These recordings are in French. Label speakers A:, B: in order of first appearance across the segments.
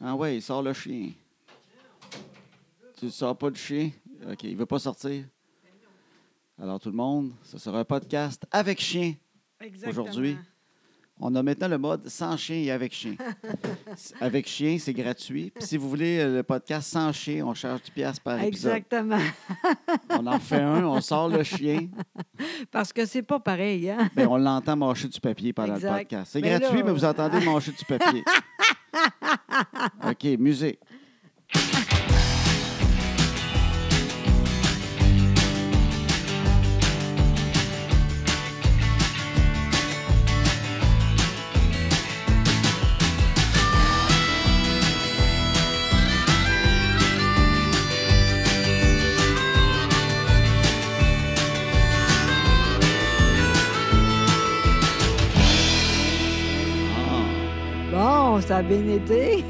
A: Ah ouais, il sort le chien. Tu ne sors pas du chien? OK, il veut pas sortir. Alors tout le monde, ce sera un podcast avec chien.
B: Exactement.
A: Aujourd'hui. On a maintenant le mode sans chien et avec chien. S- avec chien, c'est gratuit. Puis si vous voulez euh, le podcast sans chien, on charge 10 piastres par épisode.
B: Exactement.
A: On en fait un, on sort le chien,
B: Parce que c'est pas pareil, hein?
A: ben on l'entend mâcher du papier pendant le
B: Exact.
A: podcast. C'est
B: Mais
A: gratuit,
B: là- euh,
A: mais vous entendez mâcher du papier. OK, musique. Ah,
B: Bon, ça a bien été.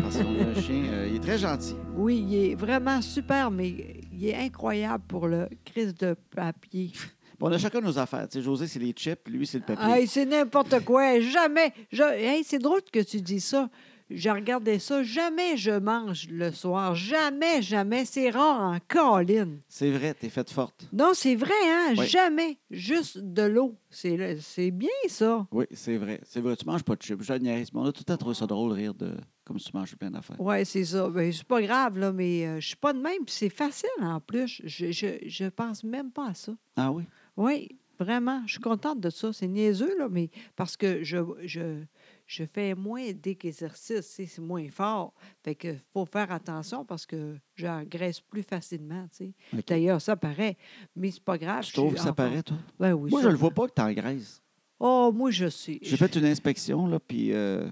A: parce qu'on a un chien, euh, il est très gentil.
B: Oui, il est vraiment super, mais il est incroyable pour le crise de papier.
A: Bon, on a chacun nos affaires. Tu sais, José, c'est les chips, lui, c'est le papier.
B: Hey, c'est n'importe quoi. Jamais. je- Hey, c'est drôle que tu dis ça. Je regardais ça. Jamais je mange le soir. Jamais, jamais. C'est rare en colline.
A: C'est vrai, t'es faite forte.
B: Non, c'est vrai, hein?
A: Oui.
B: Jamais. Juste de l'eau. C'est le- c'est bien, ça.
A: Oui, c'est vrai. C'est vrai, tu manges pas de chips. Je niaise, mais on a tout le temps trouvé ça drôle, rire de comme si tu manges plein d'affaires.
B: Oui, c'est ça. Ben, c'est pas grave, là, mais euh, je suis pas de même. puis C'est facile, en plus. Je, je, je pense même pas à ça.
A: Ah oui?
B: Oui, vraiment. Je suis contente de ça. C'est niaiseux, là, mais parce que je, je, je fais moins d'exercices. tu sais, C'est moins fort. Fait que faut faire attention parce que j'engraisse plus facilement, tu sais.
A: OK.
B: D'ailleurs, ça paraît. Mais c'est pas grave.
A: Tu
B: je suis
A: trouves que ça
B: encore-
A: paraît, toi?
B: Ben oui.
A: Moi,
B: ça
A: je le
B: va.
A: vois pas que t'engraisses.
B: Oh, moi, je sais.
A: J'ai fait une inspection, là, puis euh,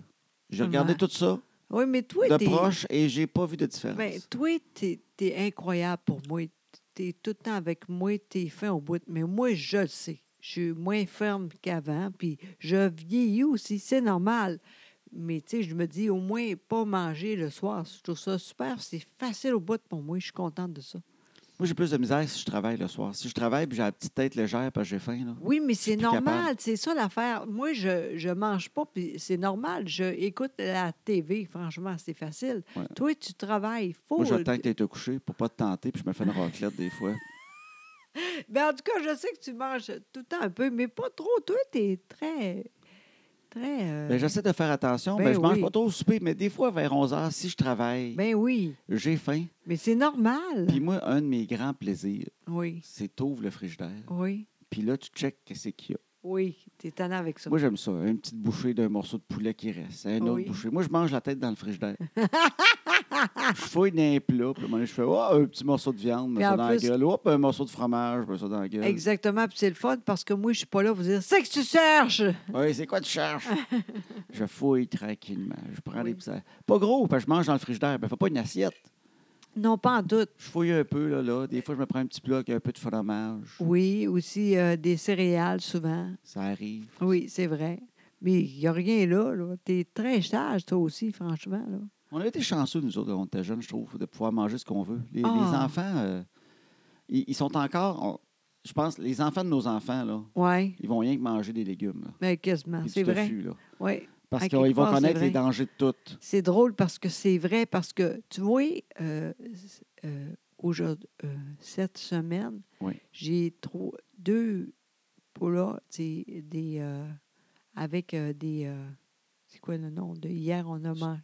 A: j'ai regardé
B: Ouais.
A: tout ça
B: Oui, mais toi,
A: de
B: t'es-
A: proche et j'ai pas vu de différence.
B: Ben, toi, t'es t'es incroyable pour moi. T'es tout le temps avec moi, t'es fin au bout. Mais moi, je le sais. Je suis moins ferme qu'avant, puis je vieillis aussi, c'est normal. Mais tu sais, je me dis au moins pas manger le soir. Je trouve ça super, c'est facile au bout pour moi. Je suis contente de ça.
A: Moi, j'ai plus de misère si je travaille le soir. Si je travaille puis j'ai la petite tête légère parce que j'ai faim, là.
B: Oui, mais c'est
A: plus capable.
B: normal, c'est ça l'affaire. Moi, je je mange pas, puis c'est normal. Je écoute la TV, franchement, c'est facile.
A: Ouais.
B: Toi, tu travailles, faut.
A: Moi, j'attends que tu te couché pour pas te tenter, puis je me fais une raclette des fois.
B: Ben, en tout cas, je sais que tu manges tout le temps un peu, mais pas trop. Toi, tu es très. Très. euh,
A: Ben, J'essaie de faire attention, mais
B: Ben
A: je mange
B: oui.
A: pas trop au souper, mais des fois, vers 11 h, si je travaille,
B: ben oui,
A: j'ai faim.
B: mais c'est normal.
A: Puis moi, un de mes grands plaisirs,
B: Oui,
A: c'est t'ouvres le frigidaire,
B: oui,
A: puis là, tu checkes qu'est-ce qu'il y a.
B: oui. Tu es tannant avec ça.
A: Moi, j'aime ça, une petite bouchée d'un morceau de poulet qui reste, une
B: Oui.
A: autre bouchée. Moi, je mange la tête dans le frigidaire. je fouille dans les plats, puis à un moment donné, je fais oh, un petit morceau de viande, mets
B: Puis
A: ça
B: en
A: dans
B: plus-
A: la gueule. Hop, un morceau de fromage, mets ça dans la gueule.
B: Exactement, puis c'est le fun parce que moi, je suis pas là pour dire c'est que tu cherches.
A: Oui, c'est quoi tu cherches? je fouille tranquillement. Je prends des
B: Oui.
A: petits. Pas gros, parce que je mange dans le frigidaire. Ben, fais pas une assiette.
B: Non, pas en doute.
A: Je fouille un peu, là, là. Des fois, je me prends un petit plat avec un peu de fromage.
B: Oui, aussi euh, des céréales souvent.
A: Ça arrive.
B: Oui, c'est vrai. Mais il n'y a rien là. là. Tu es très sage, toi aussi, franchement. Là.
A: On a été chanceux, nous autres, quand on était jeunes, je trouve, de pouvoir manger ce qu'on veut. Les, les
B: Ah.
A: enfants, euh, ils, ils sont encore. on- je pense, les enfants de nos enfants, là,
B: Oui,
A: ils vont rien que manger des légumes. Là,
B: mais quasiment.
A: et du
B: Ah, C'est vrai.
A: tofu, là.
B: Oui.
A: Parce
B: À
A: qu'ils vont
B: quelque part, c'est
A: connaître les
B: vrai.
A: dangers de tout.
B: C'est drôle parce que c'est vrai, parce que, tu vois, euh, s- euh, aujourd'hui, euh, cette semaine,
A: Oui.
B: j'ai trois, deux poulets, tu sais, des, euh, avec euh, des... euh, c'est quoi le nom? De, hier, on a mangé.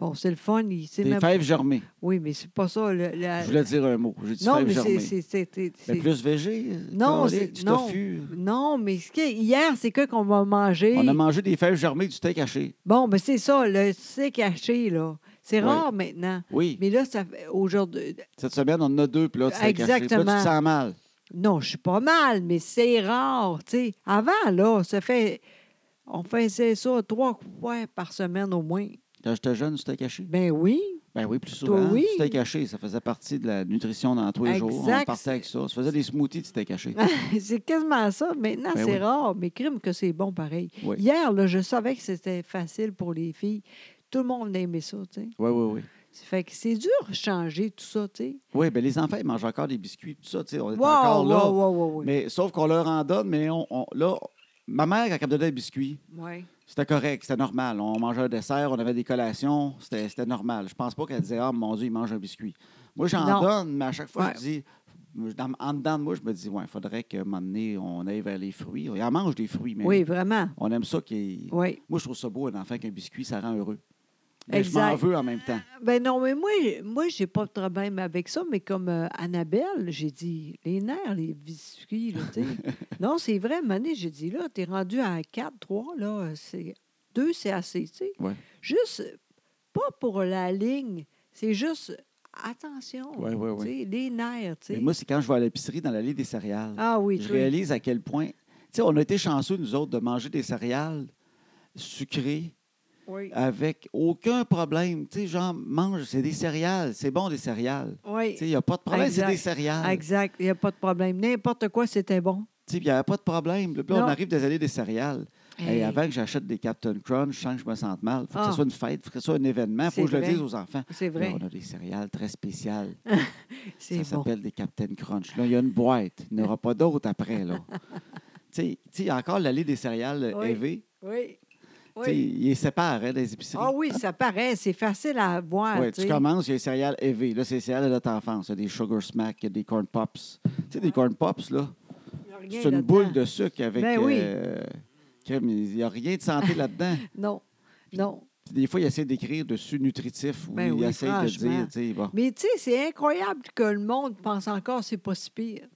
B: Bon, c'est le fun. Il, sait
A: Des
B: même,
A: fèves germées.
B: oui, mais c'est pas ça. le- la-
A: Je voulais dire un mot. J'ai dit
B: non,
A: fèves
B: mais c'est...
A: germées.
B: c'est- c'est- c'est-
A: Mais
B: c'est-
A: plus végé,
B: Non,
A: non,
B: c'est-
A: du
B: non.
A: tofu.
B: Non, mais ce qui est- hier, c'est quoi qu'on va manger?
A: On a mangé des fèves germées et du steak haché.
B: Bon, mais c'est ça, le c'est caché, là. C'est
A: Ouais.
B: rare maintenant.
A: Oui.
B: Mais là, ça fait- aujourd'hui.
A: Cette semaine, on en a deux plats de steak haché. Puis Là,
B: Exactement.
A: tu te sens mal.
B: Non, je suis pas mal, mais c'est rare, tu sais. Avant, là, ça fait. On faisait ça trois fois par semaine au moins.
A: Quand j'étais jeune, du steak haché.
B: Ben oui.
A: Ben oui, plus
B: Toi,
A: souvent.
B: oui.
A: Du steak haché, ça faisait partie de la nutrition dans tous les jours. On
B: Exact. Ah.
A: partait avec ça. On se faisait des smoothies de steak haché.
B: c'est quasiment ça. Maintenant,
A: Ben
B: c'est
A: oui.
B: rare, mais crime que c'est bon pareil.
A: Oui.
B: Hier, là, je savais que c'était facile pour les filles. Tout le monde aimait ça, tu sais.
A: Oui, oui, oui.
B: Ça Fait que c'est dur de changer tout ça, tu sais.
A: Oui, ben les enfants, ils mangent encore des biscuits, tout ça, tu sais, on est
B: Wow,
A: encore là.
B: wow, wow, wow, wow.
A: Mais sauf qu'on leur en donne, mais on, on- là, ma mère, quand elle me donnait des biscuits,
B: Ouais.
A: C'était correct, c'était normal. On mangeait un dessert, on avait des collations, c'était c'était normal. Je pense pas qu'elle disait Ah, mon Dieu, il mange un biscuit. Moi, j'en
B: Non.
A: donne, mais à chaque fois,
B: Ouais.
A: je dis moi, je- dans- en dedans de moi, je me dis Ouais, il faudrait qu'à un moment donné, on aille vers les fruits. Il en mange des fruits, mais
B: Oui, vraiment.
A: on aime ça. Qui...
B: Oui.
A: Moi, je trouve ça beau, un enfant qu'un biscuit, ça rend heureux. Mais je m'en
B: Exact.
A: veux en même temps.
B: Ben non, mais moi, moi j'ai pas de problème avec ça, mais comme euh, Annabelle, j'ai dit, les nerfs, les biscuits, là, tu sais. non, c'est vrai, Mané, j'ai dit, là, t'es rendu à 4, 3, là, euh, c'est... 2, c'est assez, tu sais.
A: Ouais.
B: Juste, euh, pas pour la ligne, c'est juste, attention,
A: Ouais, ouais,
B: Ah, tu
A: ouais.
B: sais, les nerfs, tu
A: Mais
B: sais.
A: moi, c'est quand je vais à l'épicerie dans l'allée des céréales.
B: Ah oui,
A: je
B: toi.
A: réalise à quel point. Tu sais, on a été chanceux, nous autres, de manger des céréales sucrées
B: Oui.
A: avec aucun problème. Tu sais, genre, mange, c'est des céréales. C'est bon, des céréales.
B: oui.
A: Tu sais, hein. il n'y a pas de problème, c'est
B: Exact.
A: des céréales. Tu
B: Exact, il n'y a pas de problème. N'importe quoi, c'était bon.
A: sais, il n'y avait pas de problème. Là, puis on
B: Non.
A: arrive des allées des céréales. Hey,
B: Hey.
A: avant que j'achète des Captain Crunch, je sens que je me sente mal. faut que
B: Ah.
A: ce soit une fête, faut que ce soit un événement, faut
B: C'est
A: que je le
B: vrai.
A: dise aux enfants.
B: C'est
A: Là,
B: vrai,
A: on a des céréales très spéciales.
B: c'est
A: Ça
B: bon.
A: s'appelle des Captain Crunch. Là, il y a une boîte. Il n'y aura pas d'autres après, là. Tu sais, tu sais, il y a encore l'allée des céréales
B: Oui.
A: élevées.
B: Oui.
A: Tu sais, Il les sépare, hein, des épiceries.
B: Ah oui, ça paraît, c'est facile à voir.
A: Ouais,
B: Ah
A: tu
B: tu sais.
A: commences, il y a les céréales élevées. Là, c'est les céréales de notre enfance. Il y a des Sugar Smack, il y a des Corn Pops. Tu sais, des Corn Pops, là,
B: Il y a Ah. rien
A: c'est une
B: là-dedans.
A: boule de sucre avec...
B: Ben oui.
A: euh, crème. il n'y a rien de santé là-dedans.
B: Non, non.
A: Puis Des fois, il essaie d'écrire dessus nutritif ou
B: Ben
A: il
B: oui,
A: essaie de dire,
B: franchement.
A: tu sais, bon.
B: Mais tu sais, c'est incroyable que le monde pense encore que c'est pas si pire.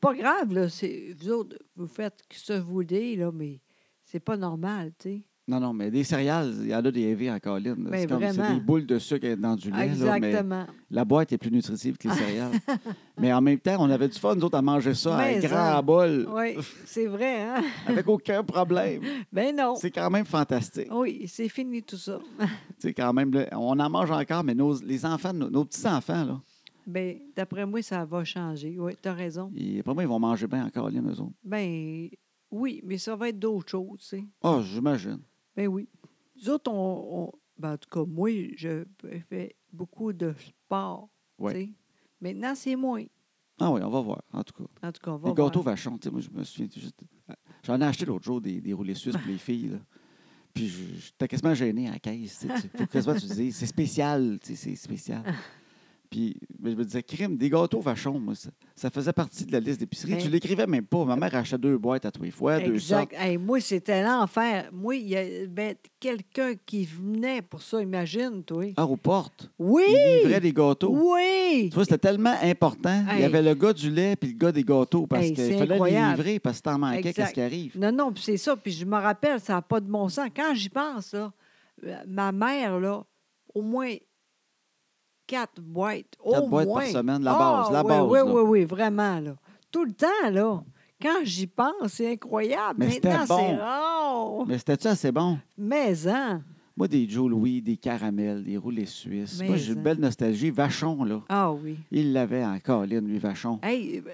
B: Pas grave, là. c'est- Vous autres, vous faites ce que vous voulez, là, mais c'est pas normal, tu sais.
A: Non, non, mais des céréales, il y en a des élevées en colline. là.
B: Ben
A: c'est comme c'est
B: vraiment.
A: des boules de sucre dans du lait, là, mais
B: Exactement.
A: la boîte est plus nutritive que les céréales. mais en même temps, on avait du fun, nous autres, à manger ça, à
B: Mais
A: grand
B: ça.
A: bol,
B: Oui, c'est vrai, hein?
A: avec aucun problème.
B: Ben non.
A: C'est quand même fantastique.
B: Oui, c'est fini tout ça.
A: Tu sais, quand même, là, on en mange encore, mais nos, les enfants, nos, nos petits-enfants, là,
B: Ben, d'après moi, ça va changer. Oui, t'as raison.
A: ils, après moi, ils vont manger bien encore, les eux autres.
B: Ben oui, mais ça va être d'autres choses, tu sais.
A: Ah, j'imagine.
B: Ben oui. Nous autres, on, on- ben, en tout cas, moi, je fais beaucoup de sport.
A: Ouais.
B: tu sais. Maintenant, c'est moins.
A: Ah oui, on va voir, en tout cas.
B: En tout cas, on va
A: Les gâteaux
B: voir.
A: vachons, tu sais, moi, je me souviens juste... J'en ai acheté l'autre jour des, des roulés suisses pour les filles, là. Puis je- j'étais quasiment gêné à la caisse. tu sais, tu- Faut quasiment que tu te dises, c'est spécial, tu sais, c'est spécial. Puis mais je me disais, crime, des gâteaux vachons, moi, ça, ça faisait partie de la liste d'épicerie.
B: Ben-
A: Tu l'écrivais même pas. Ma mère achetait deux boîtes à tous les fois, deux sortes.
B: Exact. Hey, moi, c'était l'enfer. Moi, il y a ben, quelqu'un qui venait pour ça, imagine, toi.
A: Ah, aux portes.
B: Oui!
A: Ils livraient des gâteaux.
B: Oui!
A: Tu vois, c'était tellement important. Il y
B: Hey.
A: avait le gars du lait puis le gars des gâteaux parce
B: Hey,
A: qu'il
B: c'est
A: fallait
B: incroyable.
A: les livrer parce que t'en manquais,
B: Exact.
A: qu'est-ce qui arrive?
B: Non, non, puis c'est ça. Puis je me rappelle, ça n'a pas de bon sens. Quand j'y pense, là, euh, ma mère, là, au moins quatre boîtes. Au
A: Quatre boîtes par
B: moins.
A: semaine, la
B: Ah,
A: base, la
B: oui,
A: base,
B: Oui,
A: là.
B: oui, oui, vraiment, là. Tout le temps, là. Quand j'y pense, c'est incroyable.
A: Mais c'était
B: Maintenant, c'est
A: bon.
B: rare.
A: Mais c'était-tu assez bon?
B: Mais, hein?
A: Moi, des Joe Louis, des caramels, des roulés suisses.
B: Mais
A: Moi, j'ai une
B: hein.
A: belle nostalgie. Vachon, là.
B: Ah oui.
A: Il l'avait en colline, lui, Vachon.
B: Hey, euh,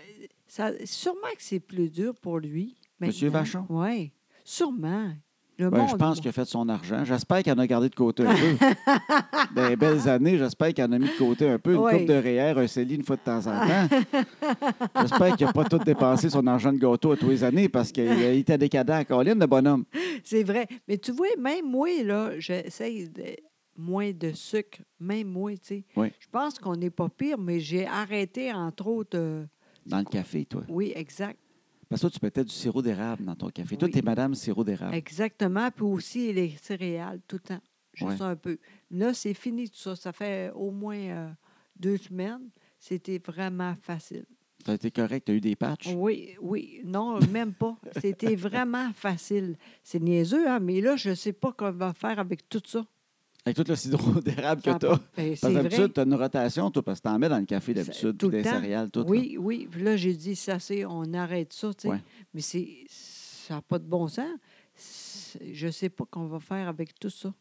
B: ça, sûrement que c'est plus dur pour lui.
A: Monsieur Vachon?
B: Oui, sûrement. Le
A: Ben,
B: monde,
A: je pense qu'il a fait son argent. J'espère qu'il en a gardé de côté un peu. Des belles années, j'espère qu'il en a mis de côté un peu. Une
B: Oui.
A: coupe de REER, un CELI une fois de temps en temps. J'espère qu'il n'a pas tout dépensé son argent de gâteau à tous les années parce qu'il il était décadent en colline, le bonhomme.
B: C'est vrai. Mais tu vois, même moi, là, j'essaye de- moins de sucre. Même moi, tu sais.
A: Oui.
B: Je pense qu'on n'est pas pire, mais j'ai arrêté, entre autres. euh,
A: Dans le café, toi.
B: oui, exact.
A: Parce que toi, tu mettais du sirop d'érable dans ton café. Toi,
B: Oui.
A: t'es madame sirop d'érable.
B: Exactement. Puis aussi les céréales, tout le temps. Juste
A: Ouais.
B: un peu. Là, c'est fini tout ça. Ça fait au moins euh, deux semaines. C'était vraiment facile.
A: T'as été correct, t'as eu des patchs.
B: Oui, oui. Non, même pas. C'était vraiment facile. C'est niaiseux, hein? mais là, je ne sais pas comment faire avec tout ça.
A: Avec tout le sirop d'érable que
B: Ça a
A: t'as.
B: pas- Ben,
A: Parce
B: c'est
A: que d'habitude,
B: vrai.
A: t'as une rotation, toi, parce que t'en mets dans le café
B: Ça-
A: d'habitude,
B: tout
A: puis
B: le
A: des
B: temps.
A: céréales, tout. là.
B: Oui, oui. Puis là, j'ai dit, ça, c'est, on arrête ça, tu sais.
A: Ouais.
B: Mais c'est, ça n'a pas de bon sens. C'est- Je ne sais pas qu'on va faire avec tout ça.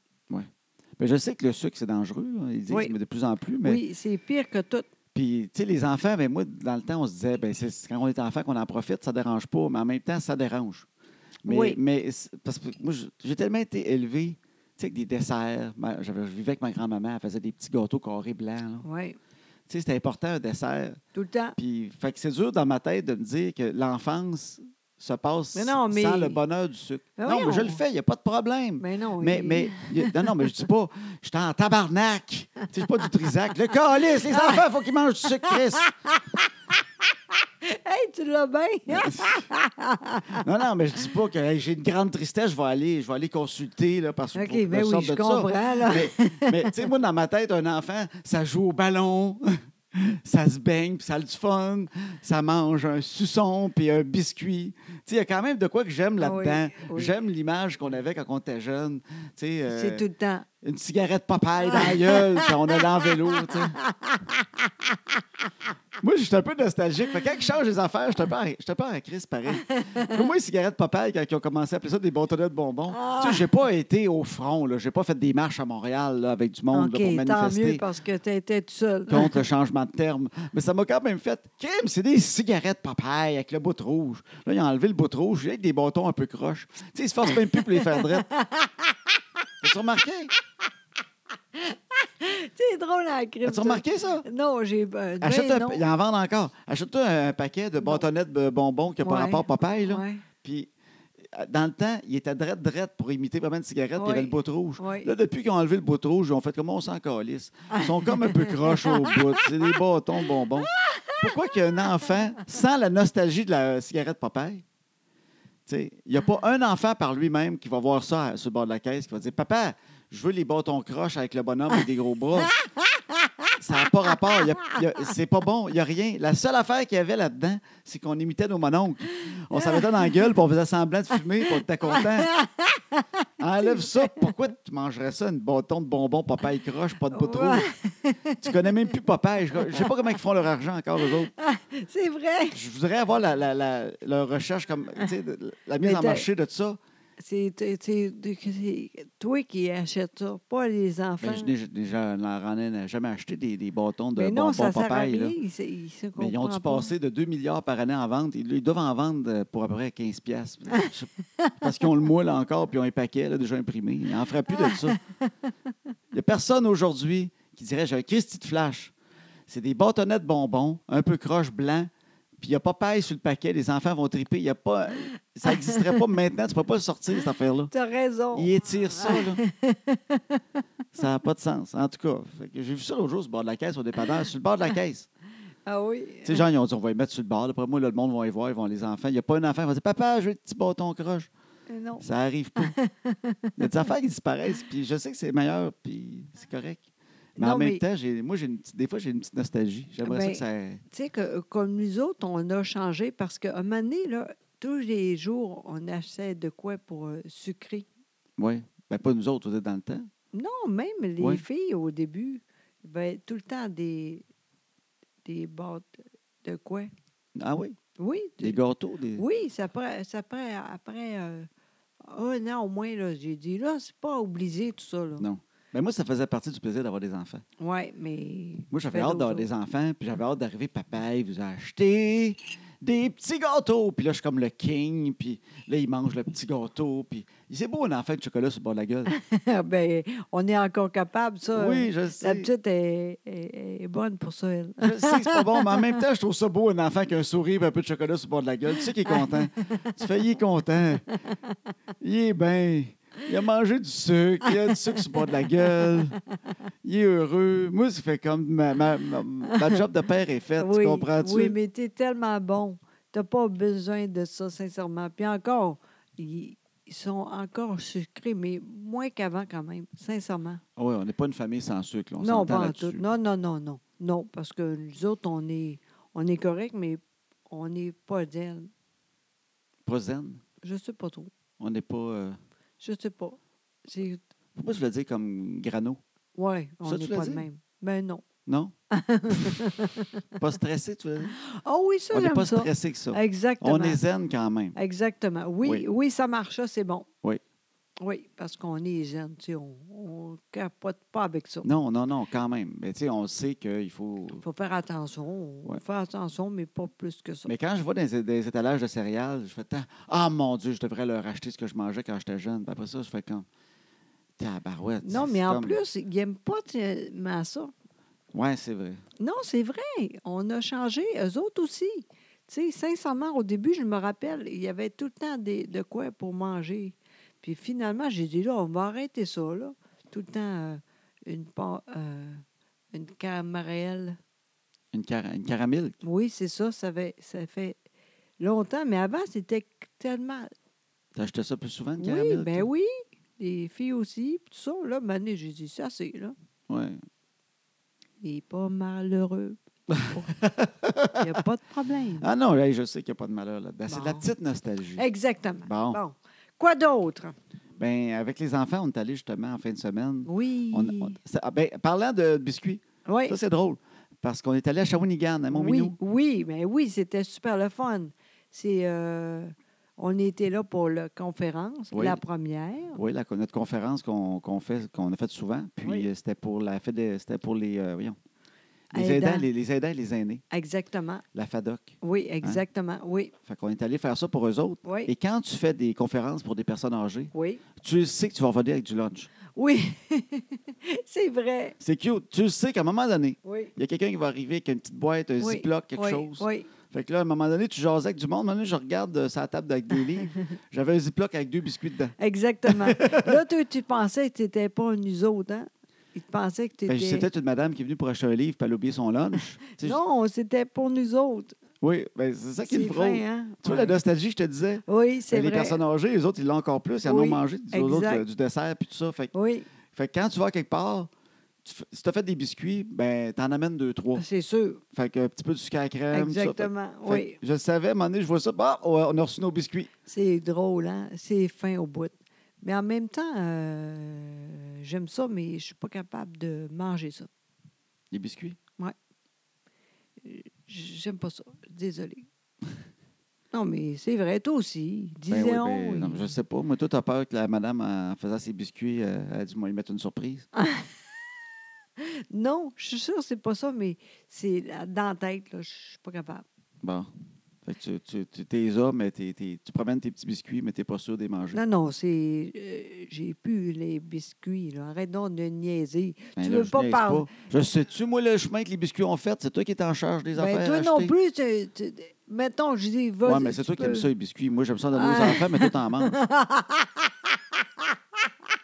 A: Mais je sais que le sucre, c'est dangereux. là. Ils disent
B: Oui.
A: mais de plus en plus. Mais...
B: Oui, c'est pire que tout.
A: Puis, tu sais, les enfants, ben, moi, dans le temps, on se disait, ben, c'est c'est quand on est enfant qu'on en profite, ça dérange pas, mais en même temps, ça dérange. Mais,
B: Oui.
A: mais c'est- parce que moi, je- j'ai tellement été élevé, tu sais, avec des desserts. Ma- j'avais- je vivais avec ma grand-maman, elle faisait des petits gâteaux carrés blancs. là.
B: Oui,
A: Tu sais, c'était important, un dessert.
B: tout le temps.
A: Puis, fait que c'est dur dans ma tête de me dire que l'enfance, se passe
B: Mais non, mais-
A: sans le bonheur du sucre.
B: Ben
A: non, mais je
B: voyons.
A: le fais, il n'y a pas de problème.
B: Mais non.
A: Mais,
B: il-
A: mais, non, non, mais je dis pas, je suis en tabarnak. Tu sais, Je suis pas du trisac. Le calice, les enfants, il faut qu'ils mangent du sucre, Chris.
B: Hey, tu l'as bien!
A: euh, Non, non, mais je dis pas que hey, j'ai une grande tristesse, je vais aller, je vais aller consulter là, parce que
B: OK,
A: pour que
B: ben
A: je
B: oui,
A: sorte
B: je
A: de ça.
B: comprends, là.
A: Mais, mais, tu sais, moi, dans ma tête, un enfant, ça joue au ballon, ça se baigne, puis ça a du fun, ça mange un suçon, puis un biscuit. Tu sais, il y a quand même de quoi que j'aime
B: Ah oui,
A: là-dedans.
B: oui.
A: J'aime l'image qu'on avait quand on était jeune. Tu sais, euh,
B: C'est tout le temps.
A: une cigarette papaye dans la gueule, puis on allait en vélo, tu sais. Moi, je suis un peu nostalgique. Fait que quand ils changent les affaires, je suis un peu en- je suis un peu en crise, pareil. Comme moi, les cigarettes papaye, quand ils ont commencé à appeler ça des bâtonnets de bonbons,
B: Ah.
A: tu sais, j'ai pas été au front, là. J'ai pas fait des marches à Montréal, là, avec du monde, là,
B: OK,
A: pour
B: tant mieux
A: manifester
B: parce que tu étais tout seul.
A: contre le changement de terme. Mais ça m'a quand même fait. Crime, c'est des cigarettes papaye avec le bout de rouge. Là, ils ont enlevé le bout de rouge, avec des bâtons un peu croches. Tu sais, ils se forcent même plus pour les faire drette. As-tu remarqué?
B: C'est drôle à la crime.
A: As-tu
B: ça.
A: remarqué ça?
B: Non, j'ai. euh, ben
A: Achète un,
B: non.
A: ils en vendent encore. Achète-toi un paquet de bâtonnettes de bonbons qui a
B: Ouais.
A: par rapport à Popeye. Là.
B: Ouais.
A: Puis, euh, dans le temps, il était drette drette pour imiter vraiment une cigarette, puis il y avait
B: Oui.
A: le bout de rouge.
B: Oui.
A: Là, depuis qu'ils ont enlevé le bout de rouge, ils ont fait comment on s'en calisse. Ils sont comme un peu croches au bout. C'est des bâtons de bonbons. Pourquoi qu'un enfant, sans la nostalgie de la euh, cigarette Popeye, tu sais, il n'y a
B: Ah.
A: pas un enfant par lui-même qui va voir ça euh, sur le bord de la caisse, qui va dire Papa, je veux les bâtons croches avec le bonhomme et des gros bras. Ça n'a pas rapport. Y a- y a- c'est pas bon. Il n'y a rien. La seule affaire qu'il y avait là-dedans, c'est qu'on imitait nos mononcles. On s'en mettait dans la gueule, puis on faisait semblant de fumer, puis on était content. Enlève ça. Pourquoi tu mangerais ça, une bâton de bonbons, papaye croche, pas de bout de
B: Ouais.
A: rouge? Tu connais même plus papaye. Je je sais pas comment ils font leur argent encore, eux autres.
B: C'est vrai.
A: Je voudrais avoir la, la, la- leur recherche, comme, tu sais, de- la mise
B: Mais
A: en
B: t'as-
A: marché de ça.
B: C'est c'est- c'est- c'est toi qui achètes ça, pas les enfants.
A: Ben, je n'ai je n'ai ja- n'en ai jamais acheté des, des bâtons de
B: Mais non,
A: bonbons
B: ça sert à
A: papaye. là.
B: rien. Ils, se- ils se
A: Mais ils ont dû
B: comprennent pas.
A: passer de 2 milliards par année en vente. Ils, ils doivent en vendre euh, pour à peu près 15 piastres. Je- Parce qu'ils ont le moule encore, puis ils ont un paquet là, déjà imprimé. Ils n'en feraient plus de ça. Il n'y a personne aujourd'hui qui dirait « j'ai un Christy de flash ». C'est des bâtonnets de bonbons, un peu croche blanc, puis il n'y a pas paille sur le paquet, les enfants vont triper. Il Y a pas, ça n'existerait pas maintenant, tu ne pourrais pas le sortir, cette affaire-là.
B: T'as raison.
A: Il étire ça, là. Ça n'a pas de sens, en tout cas. Fait que J'ai vu ça l'autre jour sur le bord de la caisse, au dépanneur, sur le bord de la caisse.
B: Ah oui.
A: Tu sais, genre, ils ont dit, on va les mettre sur le bord. Après moi, là, le monde va les voir, ils vont les enfants. Il n'y a pas un enfant qui va dire, papa, je veux le petit bâton croche.
B: Non.
A: Ça arrive pas. Il y a des affaires qui disparaissent, puis je sais que c'est meilleur, puis c'est correct. Mais
B: Non,
A: en même
B: mais-
A: temps, j'ai- moi, j'ai une petite- des fois, j'ai une petite nostalgie. J'aimerais
B: Ben,
A: ça que ça.
B: Tu sais, que, comme nous autres, on a changé parce qu'à un moment donné, là, tous les jours, on achetait de quoi pour euh, sucrer.
A: Oui. Ben, pas nous autres, vous êtes dans le temps.
B: Non, même les
A: Ouais.
B: filles, au début, ben, tout le temps des, des boîtes de quoi?
A: Ah oui,
B: Oui, de-
A: des gâteaux. Des...
B: oui ça prend, ça prend après euh, un an au moins, là, j'ai dit, là, c'est pas obligé tout ça. Là.
A: Non. Ben, moi, ça faisait partie du plaisir d'avoir des enfants.
B: Oui, mais.
A: Moi, j'avais
B: fais
A: hâte d'avoir
B: d'autres
A: des enfants, puis j'avais hâte d'arriver, papa, il vous a acheté des petits gâteaux. Puis là, je suis comme le king, puis là, il mange le petit gâteau, puis c'est beau un enfant de chocolat sur le bord de la gueule.
B: Ah, ben, on est encore capable, ça.
A: Oui, je
B: Ah, La
A: sais.
B: petite est, est- est bonne pour ça, elle.
A: Je sais que c'est pas bon, mais en même temps, je trouve ça beau, un enfant qui a un sourire et un peu de chocolat sur le bord de la gueule. Tu sais qu'il est content. Tu fais, il est content. Il est bien. Il a mangé du sucre. Il a du sucre sur le bord de la gueule. Il est heureux. Moi, ça fait comme ma, ma- ma- ma job de père est faite.
B: oui,
A: tu comprends-tu?
B: Oui, mais t'es tellement bon. T'as pas besoin de ça, sincèrement. Puis encore, ils ils sont encore sucrés, mais moins qu'avant quand même, sincèrement.
A: Ah oui, on n'est pas une famille sans sucre. là, On
B: non,
A: s'entend
B: pas en
A: là-dessus.
B: tout. Non, non, non, non. Non, parce que nous autres, on est, on est correct, mais on n'est pas d'elle.
A: Pas zen.
B: Je sais pas trop.
A: On n'est pas. euh,
B: Je sais pas. C'est...
A: Pourquoi je le dis comme grano?
B: Ouais, on
A: Ça,
B: n'est
A: tu l'as
B: pas de
A: dit?
B: même. Ben non.
A: Non? pas stressé, tu veux dire?
B: Ah oui, ça,
A: On n'est
B: j'aime
A: pas
B: ça.
A: stressé que ça.
B: Exactement.
A: On est zen quand même.
B: Exactement. Oui,
A: Oui.
B: oui, ça marche, ça, c'est bon.
A: Oui.
B: Oui, parce qu'on est jeune, tu sais, on, on capote pas avec ça.
A: Non, non, non, quand même. Mais tu sais, on sait qu'il faut.
B: Il faut faire attention, on
A: Ouais.
B: faire attention, mais pas plus que ça.
A: Mais quand je vois dans les- des étalages de céréales, je fais tant. Ah mon Dieu, je devrais leur acheter ce que je mangeais quand j'étais jeune. Puis après ça, je fais comme. Tabarouette.
B: non,
A: c'est
B: mais en
A: comme-
B: plus, ils n'aiment pas tellement ça.
A: Ouais, c'est vrai.
B: Non, c'est vrai, on a changé, eux autres aussi. Tu sais, sincèrement, au début, je me rappelle, il y avait tout le temps des, de quoi pour manger. Puis finalement, j'ai dit, là, on va arrêter ça, là. Tout le temps, euh, une, pa- euh, une camarelle.
A: Une, cara- une caramel.
B: Oui, c'est ça, ça fait, ça fait longtemps. Mais avant, c'était tellement...
A: T'as acheté ça plus souvent, une
B: Oui,
A: caramel?
B: ben oui, les filles aussi, puis tout ça. Là, mané, j'ai dit, ça, c'est, là.
A: Ouais.
B: Il n'est pas malheureux. Il n'y a pas de problème.
A: Ah non, hey, je sais qu'il n'y a pas de malheur là-dedans. C'est de la
B: Bon.
A: petite nostalgie.
B: Exactement.
A: Bon.
B: Quoi d'autre?
A: Ben, avec les enfants, on est allé justement en fin de semaine.
B: Oui.
A: On- on- ça- ah, ben, parlant de biscuits,
B: oui.
A: ça c'est drôle. Parce qu'on est allé à Shawinigan, à
B: oui,
A: Montminou.
B: oui, mais oui, c'était super le fun. C'est, euh, on était là pour la conférence,
A: Oui.
B: la première.
A: Oui, la- notre conférence qu'on qu'on fait, qu'on a faite souvent. Puis
B: Oui.
A: euh, c'était pour la fédé- c'était pour les euh, voyons, les
B: Aidants.
A: aidants, les, les aidants et les aînés,
B: Exactement.
A: la FADOC.
B: Oui, exactement. Oui,
A: Fait qu'on est allé faire ça pour eux autres.
B: Oui.
A: Hein? Et quand tu fais des conférences pour des personnes âgées,
B: oui.
A: tu sais que tu vas revenir avec du lunch.
B: Oui, c'est vrai.
A: C'est cute. Tu sais qu'à un moment donné,
B: Oui.
A: il y a quelqu'un qui va arriver avec une petite boîte, un
B: Oui,
A: ziploc, quelque
B: oui,
A: chose.
B: Oui.
A: Fait que là, à un moment donné, tu jasais avec du monde. À un moment donné, je regarde euh, sa table avec des livres. J'avais un ziploc avec deux biscuits dedans.
B: Exactement. là, toi, tu pensais que tu n'étais pas nous autres, hein? Ils te pensaient que tu
A: Ben,
B: étais.
A: c'est peut-être une madame qui est venue pour acheter un livre, puis elle a oublié son lunch. Tu sais, je-
B: non, c'était pour nous autres.
A: Oui, ben, c'est ça qui est
B: C'est
A: drôle.
B: vrai, hein?
A: Tu vois, la
B: Ouais.
A: nostalgie, je te disais.
B: Oui, c'est
A: mais les
B: vrai.
A: personnes âgées, les autres, ils l'ont encore plus. Ils en
B: Oui,
A: ont mangé du, aux autres,
B: exact.
A: euh, du dessert, puis tout ça. Fait, que-
B: Oui,
A: fait que quand tu vas quelque part, tu f- si tu as fait des biscuits, ben, t'en amènes deux, trois.
B: c'est sûr.
A: Fait que un petit peu de sucre à crème, tout ça. Fait-
B: Exactement.
A: fait
B: oui.
A: que Je le savais, à un moment donné, je vois ça. Bah, on a reçu nos biscuits.
B: C'est drôle, hein? C'est fin au bout. Mais en même temps, euh, j'aime ça, mais je suis pas capable de manger ça.
A: Les biscuits?
B: J'aime pas ça. Désolée. non, mais c'est vrai, toi aussi.
A: Ben oui,
B: Disons.
A: ben, non, mais je sais pas. Moi, toi, t'as peur que la madame, en faisant ses biscuits, euh, elle a dû lui mettre une surprise.
B: Ah. Non, je suis sûre que c'est pas ça, mais c'est la- dans la tête, là, je suis pas capable.
A: Bon. Fait que tu, tu, tu t'es là, mais t'es- t'es- tu promènes tes petits biscuits, mais t'es pas sûr de les manger.
B: Non, non, c'est. euh, J'ai pu les biscuits, là. Arrête donc de niaiser.
A: Ben
B: tu
A: là,
B: veux
A: je
B: pas
A: niaise
B: parler.
A: Je sais-tu, moi, le chemin que les biscuits ont fait, c'est toi qui es en charge des
B: Ben,
A: affaires
B: toi
A: à
B: non
A: acheter.
B: plus, tu, tu- mettons, je dis, vas-y.
A: Ouais, mais c'est
B: tu
A: toi qui aimes
B: peux-
A: ça, les biscuits. Moi, j'aime ça donner aux
B: Ah.
A: enfants, mais toi, t'en manges.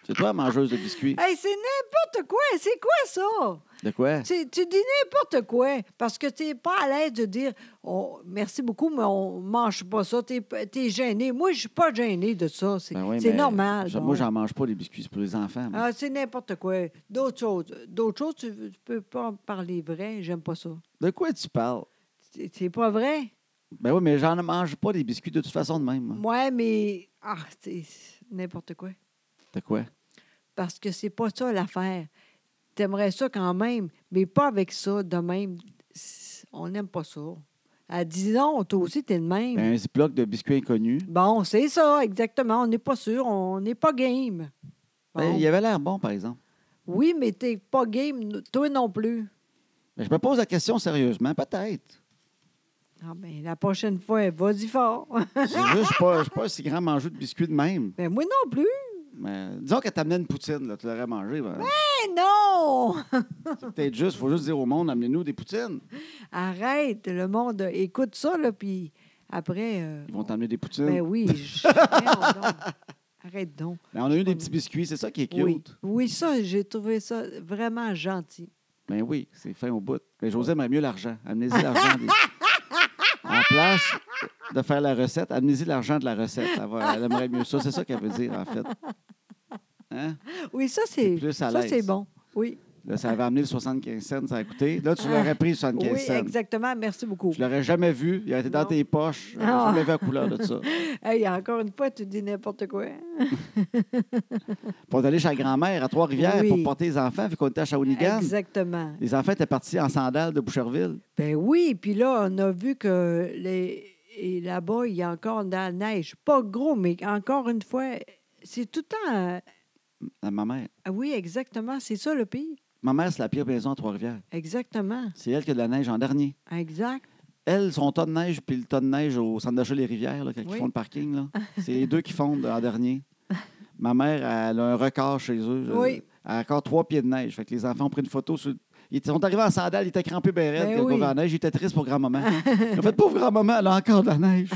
A: c'est toi, la mangeuse de biscuits.
B: Hey, c'est n'importe quoi. C'est quoi ça?
A: De quoi?
B: Tu, tu dis n'importe quoi parce que tu n'es pas à l'aise de dire oh, merci beaucoup, mais on ne mange pas ça. Tu es, gêné. Moi, je ne suis pas gêné de ça. C'est
A: Ben oui,
B: c'est
A: mais
B: normal.
A: je-
B: bon.
A: Moi, j'en mange pas, les biscuits. C'est pour les enfants. moi.
B: Ah, c'est n'importe quoi. D'autres choses. D'autres choses, tu ne peux pas en parler vrai. J'aime pas ça.
A: De quoi tu parles?
B: C'est c'est pas vrai?
A: Ben oui, mais j'en mange pas des biscuits de toute façon de même. moi.
B: Ouais, mais. Ah, c'est n'importe quoi.
A: De quoi?
B: parce que c'est pas ça l'affaire. T'aimerais ça quand même, mais pas avec ça de même. C'est- On n'aime pas ça. Elle dit non, toi aussi, t'es le même.
A: Ben, un ziploc de biscuits inconnus.
B: Bon, c'est ça, exactement. On n'est pas sûr, on n'est pas game. Bon.
A: Ben, il avait l'air bon, par exemple.
B: Oui, mais t'es pas game, n- toi non plus.
A: Ben, je me pose la question sérieusement, peut-être.
B: Ah ben, la prochaine fois, vas-y fort.
A: C'est juste, je ne suis pas- je suis pas un si grand mangeur de biscuits de même.
B: ben, moi non plus.
A: Mais, disons qu'elle t'amenait une poutine, là, tu l'aurais mangé. ben,
B: Eh non!
A: c'est peut-être juste, il faut juste dire au monde, amenez-nous des poutines.
B: Arrête, le monde euh, écoute ça, là, puis après. euh,
A: Ils vont t'amener des poutines.
B: ben oui, je- Voyons donc. Arrête donc.
A: Ben, on a eu des petits biscuits, c'est ça qui est cute.
B: Oui. Oui, ça, j'ai trouvé ça vraiment gentil.
A: Ben oui, c'est fin au bout. Mais José aime mieux l'argent. Amenez-y l'argent. des- En place de faire la recette, amenez-y l'argent de la recette. Elle, va- elle aimerait mieux ça. C'est ça qu'elle veut dire, en fait. Hein?
B: Oui, ça,
A: T'es
B: c'est
A: plus à
B: ça,
A: l'aise.
B: c'est bon. Oui,
A: Là, ça avait amené le 75 cents, ça a coûté. Là, tu l'aurais pris, le 75
B: Ah. oui
A: cents.
B: exactement. Merci beaucoup.
A: Je l'aurais jamais vu. Il a été dans
B: Non.
A: tes poches. Je
B: Ah.
A: jamais vu la couleur de ça. Puis
B: Hey, encore une fois, tu dis n'importe quoi.
A: on est allé chez la grand-mère à Trois-Rivières
B: Oui.
A: pour porter les enfants, vu qu'on était à Shawinigan.
B: Exactement.
A: Les enfants étaient partis en sandales de Boucherville.
B: Ben oui, puis là, on a vu que les... et là-bas, il y a encore de la neige. Pas gros, mais encore une fois, c'est tout le temps. euh,
A: Ah, Ma mère.
B: ah Oui, exactement. C'est ça le pays.
A: Ma mère, c'est la pire maison à Trois-Rivières.
B: Exactement.
A: C'est elle qui a de la neige en dernier.
B: Exact.
A: Elle, son tas de neige, puis le tas de neige au centre d'achat Les Rivières, là, quand ils
B: Oui.
A: font le parking. là. C'est les deux qui fondent en dernier. Ma mère, elle a un record chez eux.
B: Oui.
A: Elle a encore trois pieds de neige. Fait que les enfants ont pris une photo sur Ils sont arrivés en sandales, ils étaient crampés bien raides
B: Ben
A: quand on
B: oui.
A: va en neige. Ils étaient tristes pour grand-maman. Ils ont fait, pauvre grand-maman, elle a encore de la neige.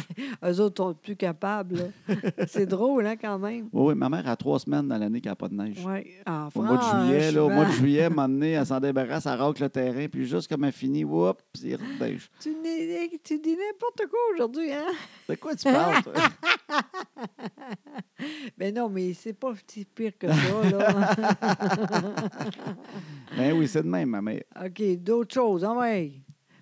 B: Eux autres sont plus capables. là. C'est drôle, hein, quand même.
A: Oui, oui, ma mère a trois semaines dans l'année qu'elle n'a pas de neige.
B: Ouais, en
A: Au mois de
B: France,
A: juillet, là, au mois de
B: ben,
A: juillet, à un moment donné, elle s'en débarrasse, elle racle le terrain, puis juste comme elle finit, whoop, c'est redèche.
B: Tu, n'es- tu dis n'importe quoi aujourd'hui, hein?
A: De quoi tu parles, toi?
B: Mais Ben non, mais c'est pas si pire que ça, là.
A: ben oui, c'est de même, ma mère.
B: OK, d'autres choses. Ah ouais.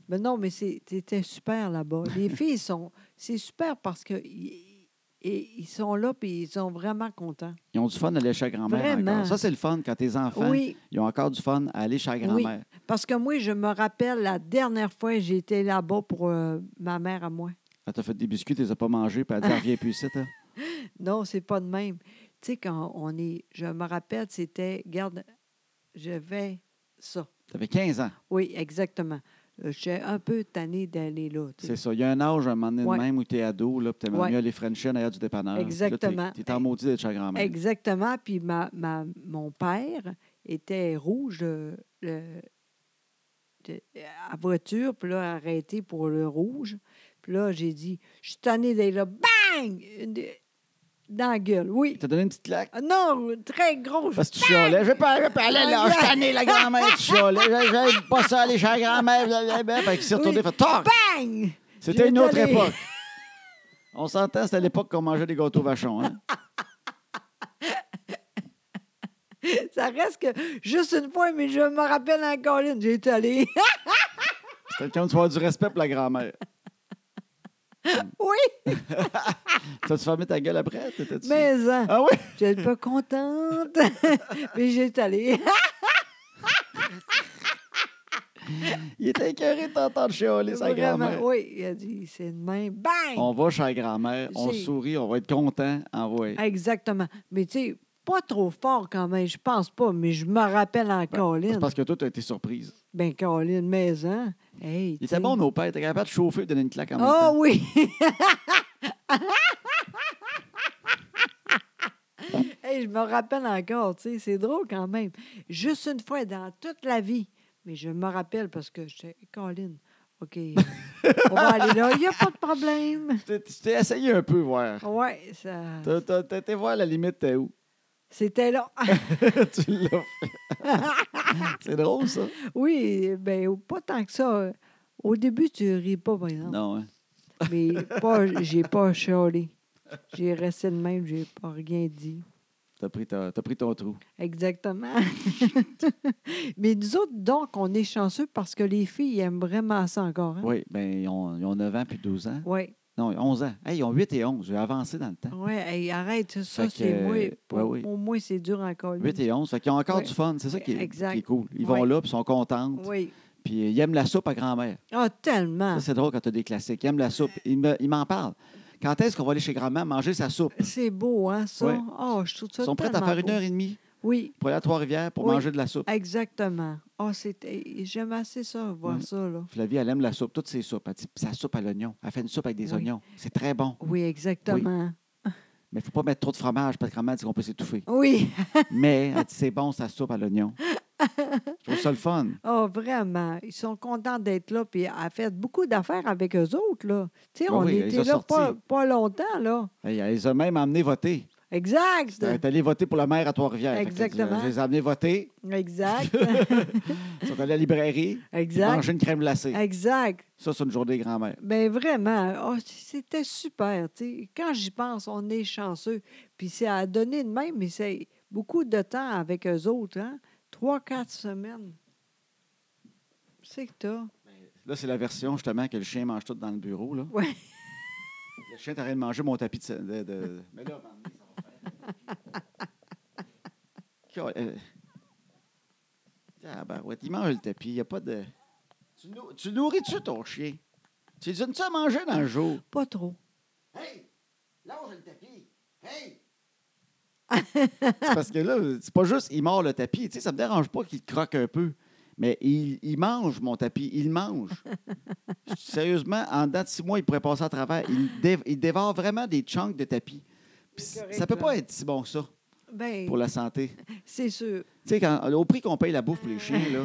B: Mais non, mais c'est- c'était super là-bas. Les filles sont. C'est super parce que i- i- ils sont là puis ils sont vraiment contents.
A: Ils ont du fun à aller chez la grand-mère
B: Vraiment.
A: encore. Ça, c'est le fun quand tes enfants,
B: Oui,
A: ils ont encore du fun à aller chez la
B: Oui.
A: grand-mère.
B: parce que moi, je me rappelle la dernière fois que j'étais là-bas pour euh, ma mère à moi.
A: Elle t'a fait des biscuits, tu les as pas mangés, puis elle dit, reviens plus ici, toi.
B: Non, c'est pas de même. Tu sais, quand on est. Je me rappelle, c'était. Garde, je vais ça.
A: T'avais 15 ans.
B: Oui, exactement. Euh, J'étais un peu tannée d'aller là. tu
A: C'est
B: sais.
A: ça. Il y a un âge, à un moment donné, de
B: Ouais.
A: même où t'es ado, là, puis t'aimes
B: Ouais.
A: mieux aller frencher en arrière du dépanneur. Puis là, t'es-
B: Exactement.
A: T'es en maudit d'être chez la grand-mère.
B: Exactement. Puis ma, ma- mon père était rouge euh, le- de- à voiture, puis là, arrêté pour le rouge. Puis là, j'ai dit, je suis tannée d'aller là. Bang! Une de- Dans la gueule, oui.
A: Il t'a donné une petite claque.
B: Ah Non, très gros.
A: Parce que tu chialais. Je vais pas, je vais pas aller là. Je
B: Ah,
A: suis tanné, la grand-mère. Tu chialais. Je- J'aime pas ça aller chez la grand-mère. blablabla. Fait qu'il s'est retourné.
B: Oui.
A: Fait tort.
B: Bang!
A: C'était une autre
B: J'étais allée.
A: époque. On s'entend, c'était à l'époque qu'on mangeait des gâteaux vachons. Hein?
B: Ça reste que juste une fois, mais je me rappelle encore une, j'ai été allée.
A: C'était quand tu avoir du respect pour la grand-mère.
B: oui,
A: T'as-tu fermé ta gueule après? T'étais-tu-
B: mais hein,
A: Ah oui?
B: j'étais pas contente, mais j'étais allée.
A: Il était écœuré de t'entendre chialer, sa grand-mère.
B: oui, il a dit, c'est de même. Bang!
A: hein. On va chez la grand-mère, on
B: J'ai-
A: sourit, on va être content. Ah ouais.
B: Exactement. Mais tu sais, pas trop fort quand même, je pense pas, mais je me rappelle en
A: C'est
B: Colin.
A: parce que toi, t'as été surprise.
B: Ben, Colin, maison. Hey,
A: Il était bon, nos pères. T'es capable de chauffer et donner une claque en même
B: Oh
A: temps.
B: oui! hey, je me rappelle encore, tu sais, c'est drôle quand même. Juste une fois dans toute la vie. Mais je me rappelle parce que j'étais Colin. OK. euh, On va aller là. Il n'y a pas de problème.
A: Tu t'es- tu t'es essayé un peu, voir.
B: Ouais, ça.
A: T'as- T'as t'as été voir la limite, t'es où?
B: C'était là.
A: tu l'as fait. C'est drôle, ça.
B: Oui, ben pas tant que ça. Au début, tu ris pas, par exemple.
A: Non, hein.
B: Mais pas, j'ai pas chialé. J'ai resté le même, j'ai pas rien dit.
A: T'as pris, ta- t'as pris ton trou.
B: Hein? Exactement. Mais nous autres, donc, on est chanceux parce que les filles aiment vraiment ça encore. hein?
A: Oui, bien, ils ont, ils ont 9 ans puis 12 ans.
B: Oui.
A: Non, 11 ans. Hey, ils ont 8 et 11. J'ai avancé dans le temps.
B: Oui, hey, arrête, ça,
A: Fait
B: c'est
A: que,
B: moi. Pour,
A: ouais, oui.
B: pour moi, c'est dur encore.
A: 8 et 11. Fait qu'ils ont encore
B: Oui.
A: du fun. C'est ça qui est, qui
B: Exact.
A: est cool. Ils
B: Oui.
A: vont là, puis ils sont contentes.
B: Oui.
A: Puis euh, ils aiment la soupe à grand-mère.
B: Ah, tellement.
A: Ça, c'est drôle quand t'as des classiques. Ils aiment la soupe. Ils me- ils m'en parlent. Quand est-ce qu'on va aller chez grand-mère manger sa soupe?
B: C'est beau, hein, ça?
A: Ouais.
B: Ah, je trouve ça
A: Ils sont prêts à
B: tellement
A: faire une
B: beau.
A: heure et demie
B: Oui,
A: pour aller à Trois-Rivières pour
B: Oui.
A: manger de la soupe.
B: exactement. Ah, c'était... J'aime assez ça, voir
A: Ouais.
B: ça, là.
A: Flavie, elle aime la soupe, toutes ses soupes. Elle dit sa soupe à l'oignon. Elle fait une soupe avec des
B: Oui.
A: oignons. C'est très bon.
B: Oui, exactement.
A: Mais il ne faut pas mettre trop de fromage parce que grand-mère dit qu'on peut s'étouffer.
B: Oui.
A: Mais elle dit c'est bon, sa soupe à l'oignon. Je trouve ça le fun.
B: Ah, vraiment. Ils sont contents d'être là. Puis elle a fait beaucoup d'affaires avec eux autres, là. Tu sais,
A: Ben
B: on
A: oui, elle les
B: était
A: a
B: là pas,
A: sortis.
B: pas longtemps, là.
A: Hey, elle les a même amenés voter.
B: Exact.
A: Elle est allée voter pour la maire à Trois-Rivières. Fait que elle dit,
B: Exactement.
A: Je les ai amenés voter.
B: Exact.
A: Ils sont allés à la librairie.
B: exact.
A: Manger une crème glacée.
B: Exact.
A: Ça, c'est une journée grand-mère.
B: Ben vraiment, ah, c'était super. tu sais. Quand j'y pense, on est chanceux. Puis c'est à donner de même, mais c'est beaucoup de temps avec eux autres. Hein? Trois, quatre semaines. C'est que t'as.
A: Là, c'est la version justement que le chien mange tout dans le bureau. Là.
B: Ouais.
A: Le chien t'arrête de manger mon tapis de. sa- de- de- Mais là, à un moment donné, ça va faire. Euh, tabarouette, il mange le tapis. Il n'y a pas de. Tu, nou- tu nourris-tu ton chien? Tu lui donnes-tu à manger dans le jour?
B: Pas trop.
A: Hey! Lâche le tapis! Hey! c'est parce que là, c'est pas juste il mord le tapis. Tu sais, ça me dérange pas qu'il croque un peu. Mais il, il mange mon tapis. Il le mange. Sérieusement, en dedans de six mois, il pourrait passer à travers. Il, dé- il dévore vraiment des chunks de tapis. Puis
B: C'est correct, hein?
A: ça peut
B: là.
A: pas être si bon que ça.
B: Ben,
A: pour la santé.
B: c'est sûr.
A: Tu sais, quand- au prix qu'on paye la bouffe pour les chiens, là.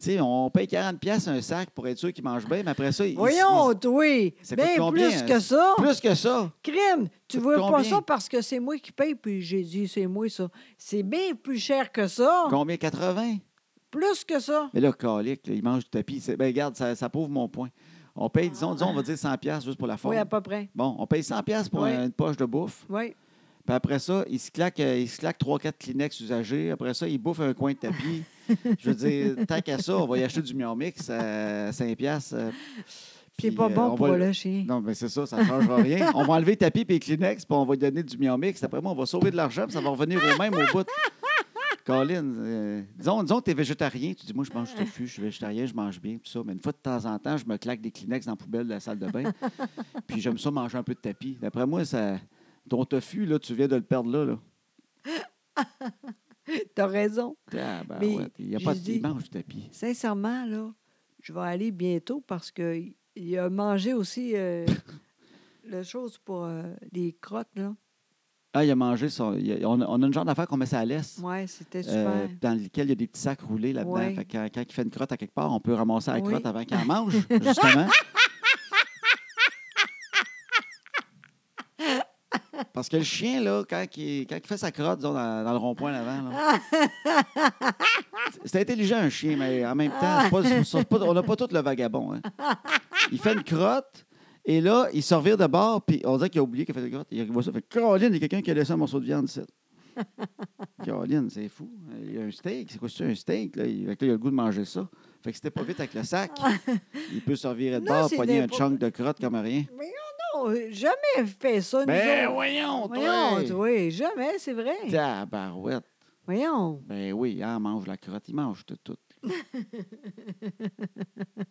A: Tu sais, on paye 40$ piastres un sac pour être sûr qu'ils mangent bien, mais après ça, ils-
B: Voyons, oui.
A: Ça coûte
B: Bien
A: combien,
B: plus
A: hein?
B: que ça.
A: ils- plus que ça.
B: Crime, tu
A: coûte
B: veux pas
A: combien?
B: ça parce que c'est moi qui paye, puis j'ai dit, c'est moi ça. C'est bien plus cher que ça,
A: Combien? 80?
B: plus que ça.
A: Mais là, calique, là, il mange du tapis. C'est- Ben, regarde, ça, ça prouve mon point. On paye, disons, disons, on va dire 100$ juste pour la forme.
B: Ah. Oui, à peu près.
A: Bon, on paye 100$ pour
B: Oui.
A: une poche de bouffe.
B: Oui.
A: Puis après ça, il se claque, euh, il se claque 3-4 Kleenex usagés. Après ça, il bouffe un coin de tapis. Je veux dire, tant qu'à ça, on va y acheter du Mion Mix à 5$. euh,
B: C'est
A: puis,
B: pas
A: euh,
B: bon
A: on
B: pour
A: va-
B: le chien.
A: Non, mais c'est ça, ça ne changera rien. On va enlever le tapis et les Kleenex, puis on va lui donner du Mion Mix. Après moi, on va sauver de l'argent, puis ça va revenir au même au bout. Colin, euh, disons, disons que tu es végétarien. Tu dis, moi, je mange du tofu, je suis végétarien, je mange bien, tout ça. Mais une fois de temps en temps, je me claque des Kleenex dans la poubelle de la salle de bain. Puis j'aime ça manger un peu de tapis. D'après moi, ça, ton tofu, là, tu viens de le perdre là. là.
B: T'as raison.
A: Tabarouette, Il n'y a
B: je
A: pas de
B: dis-
A: il mange du tapis.
B: Sincèrement, là, je vais aller bientôt parce qu'il a mangé aussi euh, la chose pour euh, les crottes, là.
A: Ah, il a mangé son. il a- on, a, on a une genre d'affaire qu'on met ça à l'est.
B: Oui, c'était
A: euh,
B: super.
A: dans lequel il y a des petits sacs roulés là-dedans.
B: Ouais.
A: Fait que quand, quand il fait une crotte à quelque part, on peut ramasser la
B: Oui.
A: crotte avant qu'elle mange, justement. Parce que le chien, là, quand il, quand il fait sa crotte, disons, dans, dans le rond-point l'avant, là, c'est intelligent, un chien, mais en même temps, c'est pas- c'est pas- on n'a pas tout le vagabond. hein. Il fait une crotte, et là, il se revire de bord, puis on dirait qu'il a oublié qu'il a fait une crotte. Il voit ça, il fait Caroline, il y a quelqu'un qui a laissé un morceau de viande ici. Caroline, c'est fou. Euh, Il y a un steak. C'est quoi, c'est un steak? Là? Il, fait que là, il a le goût de manger ça. Fait que c'était pas vite avec le sac. Il peut se revirer de
B: Ah. Non,
A: bord,
B: c'est
A: pogner un
B: n'importe-
A: chunk de crotte comme rien.
B: Non, euh, jamais fait ça, nous
A: Ben
B: autres.
A: voyons,
B: Voyons,
A: toi!
B: oui, jamais, c'est vrai.
A: Tabarouette.
B: Voyons.
A: Ben oui, hein, il mange la crotte, il mange de tout.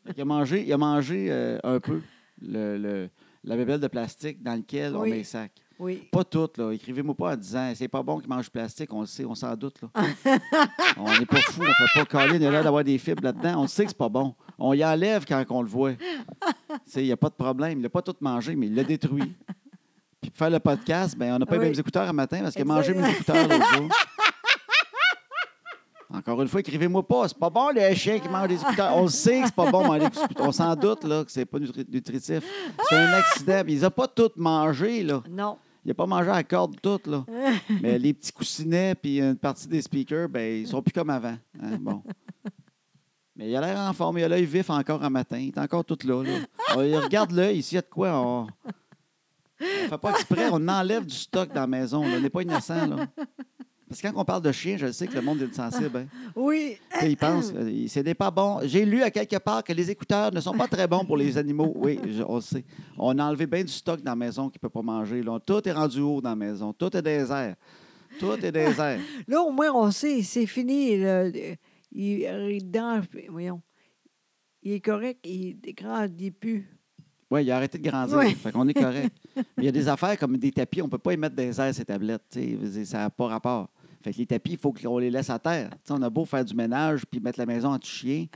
A: Fait qu'il a mangé, il a mangé euh, un peu le, le- la bébelle de plastique dans laquelle on
B: Oui.
A: met les sacs.
B: Oui.
A: Pas toutes, là. Écrivez-moi pas en disant c'est pas bon qu'il mange du plastique, on le sait, on s'en doute. Là. on n'est pas fou, on fait pas coller, on a l'air d'avoir des fibres là-dedans. On sait que c'est pas bon. On y enlève quand on le voit. Il n'y a pas de problème. Il n'a pas tout mangé, mais il l'a détruit. Puis pour faire le podcast, ben, on n'a pas
B: Oui.
A: les mêmes écouteurs un matin parce qu'il a
B: Exact.
A: mangé mes écouteurs l'autre jour. Encore une fois, écrivez-moi pas. C'est pas bon le chien qui mange des écouteurs. On le sait que c'est pas bon manger des écouteurs. On s'en doute là, que c'est pas nutri- nutritif. C'est un accident. Puis il a pas tout mangé. là.
B: Non.
A: Il n'a pas mangé à la corde toute, là. Mais les petits coussinets puis une partie des speakers, ben, ils sont plus comme avant. hein, Bon. Mais il a l'air en forme. Il a l'œil vif encore un matin. Il est encore tout là. là. On- il regarde l'œil. Ici, il y a de quoi. On ne fait pas exprès. On enlève du stock dans la maison. là. On n'est pas innocent. Là. Parce que quand on parle de chien, je sais que le monde est sensible. hein.
B: Oui.
A: Tu sais, Il pense, euh, ce n'est pas bon. J'ai lu à quelque part que les écouteurs ne sont pas très bons pour les animaux. Oui, je- on le sait. On a enlevé bien du stock dans la maison qu'il ne peut pas manger. là. Tout est rendu haut dans la maison. Tout est désert. Tout est désert.
B: Là, au moins, on sait, c'est fini. là. Il, il- dans- voyons. Il est correct, il grandit plus.
A: Oui, il a arrêté de grandir.
B: Oui.
A: Fait qu'on est correct. Mais il y a des affaires comme des tapis. On ne peut pas y mettre désert ces tablettes. tu sais. Je veux dire, Ça n'a pas rapport. Fait que les tapis, il faut qu'on les laisse à terre. Tu sais, on a beau faire du ménage puis mettre la maison en chien.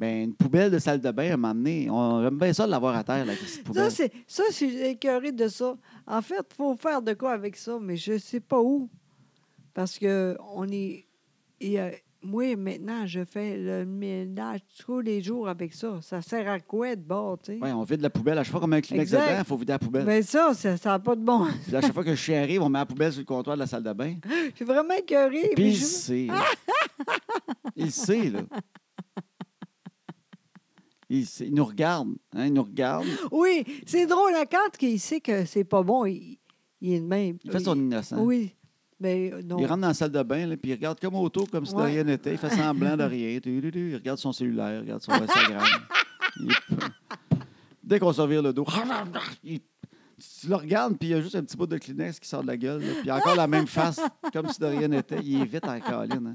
A: Ben, une poubelle de salle de bain, à un moment donné, on aime bien ça de l'avoir à terre, la petite
B: Ça,
A: poubelle.
B: c'est, ça, je suis écœurée de ça. En fait, il faut faire de quoi avec ça, mais je ne sais pas où. Parce que on est. et, euh, moi, maintenant, je fais le ménage tous les jours avec ça. Ça sert à quoi de bord, tu sais?
A: Oui, on vide la poubelle. À chaque fois qu'on met un Kleenex
B: Exact.
A: dedans, il faut vider la poubelle.
B: Mais ça, ça n'a pas de bon.
A: Puis à chaque fois que je suis arrivé, on met la poubelle sur le comptoir de la salle de bain.
B: Je suis vraiment écœurée.
A: Puis
B: mais
A: il
B: je-
A: sait. là. Il sait, là. Il, sait. il nous regarde. hein, il nous regarde.
B: Oui, c'est drôle. hein, Quand il sait que c'est pas bon, il, il est de même.
A: Il fait son innocent.
B: Oui. Mais euh, non.
A: Il rentre dans la salle de bain, là, puis il regarde comme autour, comme si de
B: Ouais.
A: rien n'était. Il fait semblant de rien. Tu- tu- tu. Il regarde son cellulaire, il regarde son Instagram. Il est pas- Dès qu'on se revire le dos, il- tu le regardes, puis il y a juste un petit bout de Kleenex qui sort de la gueule. là, puis encore la même face, comme si de rien n'était. Il évite en câline. hein.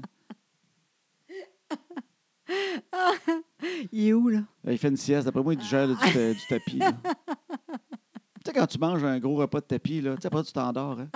B: Il est où, là?
A: Là, Il fait une sieste. D'après moi, il digère là, du, ta- du tapis. là. Tu sais, quand tu manges un gros repas de tapis, là, tu sais, après, tu t'endors. Hein?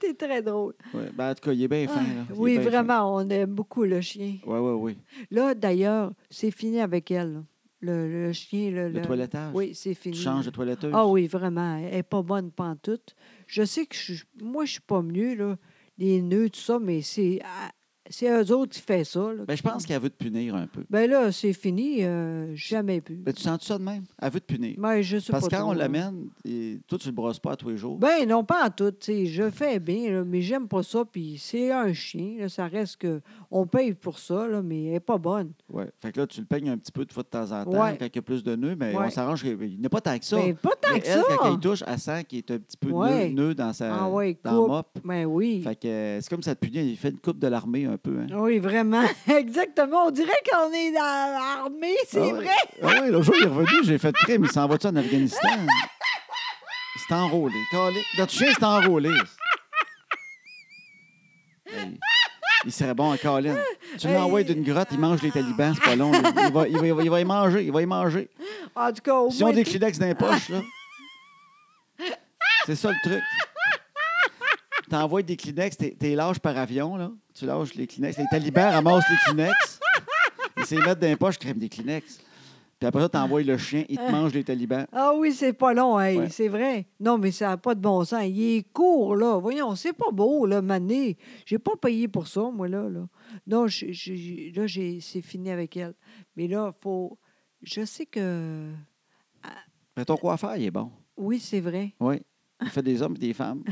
B: T'es très drôle.
A: Ouais. Ben, en tout cas, il est bien fin. là. Il est
B: oui,
A: bien fin.
B: vraiment, on aime beaucoup le chien.
A: Oui, oui, oui.
B: Là, d'ailleurs, c'est fini avec elle. là. le, le chien. Le,
A: Le toilettage.
B: Oui, c'est fini.
A: Tu changes de toiletteuse.
B: Ah oui, vraiment. Elle n'est pas bonne pantoute. Je sais que je, suis- moi, je ne suis pas mieux, là. Les nœuds, tout ça, mais c'est, ah, c'est eux autres qui font ça. là.
A: Ben, je pense qu'elle veut te punir un peu.
B: Ben là, c'est fini. euh, jamais plus.
A: Ben, tu sens ça de même? Elle veut te punir.
B: Ben, je sais
A: Parce que
B: pas
A: quand
B: trop,
A: on
B: là.
A: l'amène, et toi, tu le brosses pas à tous les jours.
B: Ben non, pas en tout. tu sais, Je fais bien, là, mais j'aime pas ça. Puis c'est un chien. là, ça reste que. On paye pour ça, là, mais elle n'est pas bonne.
A: Ouais. Fait que là, tu le peignes un petit peu de fois de temps en temps,
B: Ouais.
A: quand il y a plus de nœuds, mais
B: Ouais.
A: on s'arrange qu'il n'est pas tant que ça.
B: Ben, pas tant
A: Mais
B: que
A: elle,
B: ça.
A: quand elle touche, elle sent qu'il est un petit peu
B: Ouais.
A: nœud, nœud dans sa
B: Ah ouais,
A: dans
B: coupe.
A: la mop.
B: Ben oui.
A: Fait que euh, c'est comme ça te punit, il fait une coupe de l'armée un peu. Hein?
B: Oui, vraiment. Exactement. On dirait qu'on est dans l'armée, c'est
A: Ah ouais.
B: vrai.
A: Ah oui, le jour il est revenu, j'ai fait crime, il s'en va-tu en Afghanistan? Il s'est enrôlé. Calique. Notre chien s'est enrôlé. Hey, Il serait bon en Colin. Tu
B: Hey.
A: l'envoies d'une grotte, il mange les talibans, c'est pas long. là. Il va, il, va, il, va, il va y manger, il va y manger.
B: En tout cas, au
A: Si on
B: moins.
A: a des Kleenex dans les poches, là. C'est ça le truc. T'envoies des Kleenex, t'es t'es lâches par avion, là. Tu lâches les Kleenex. Les talibans ramassent les Kleenex. Ils se les mettent dans les poches, crème des Kleenex. Puis après ça, t'envoies le chien, il te mange les talibans.
B: Ah oui, c'est pas long, hey,
A: Ouais.
B: c'est vrai. Non, mais ça n'a pas de bon sens. Il est court, là. Voyons, c'est pas beau, là, Mané. J'ai pas payé pour ça, moi, là. là. Non, je- je- je- là, j'ai- c'est fini avec elle. Mais là, faut. Je sais que.
A: Mais ton coiffeur, il est bon.
B: Oui, c'est vrai.
A: Oui. Il fait des hommes et des femmes.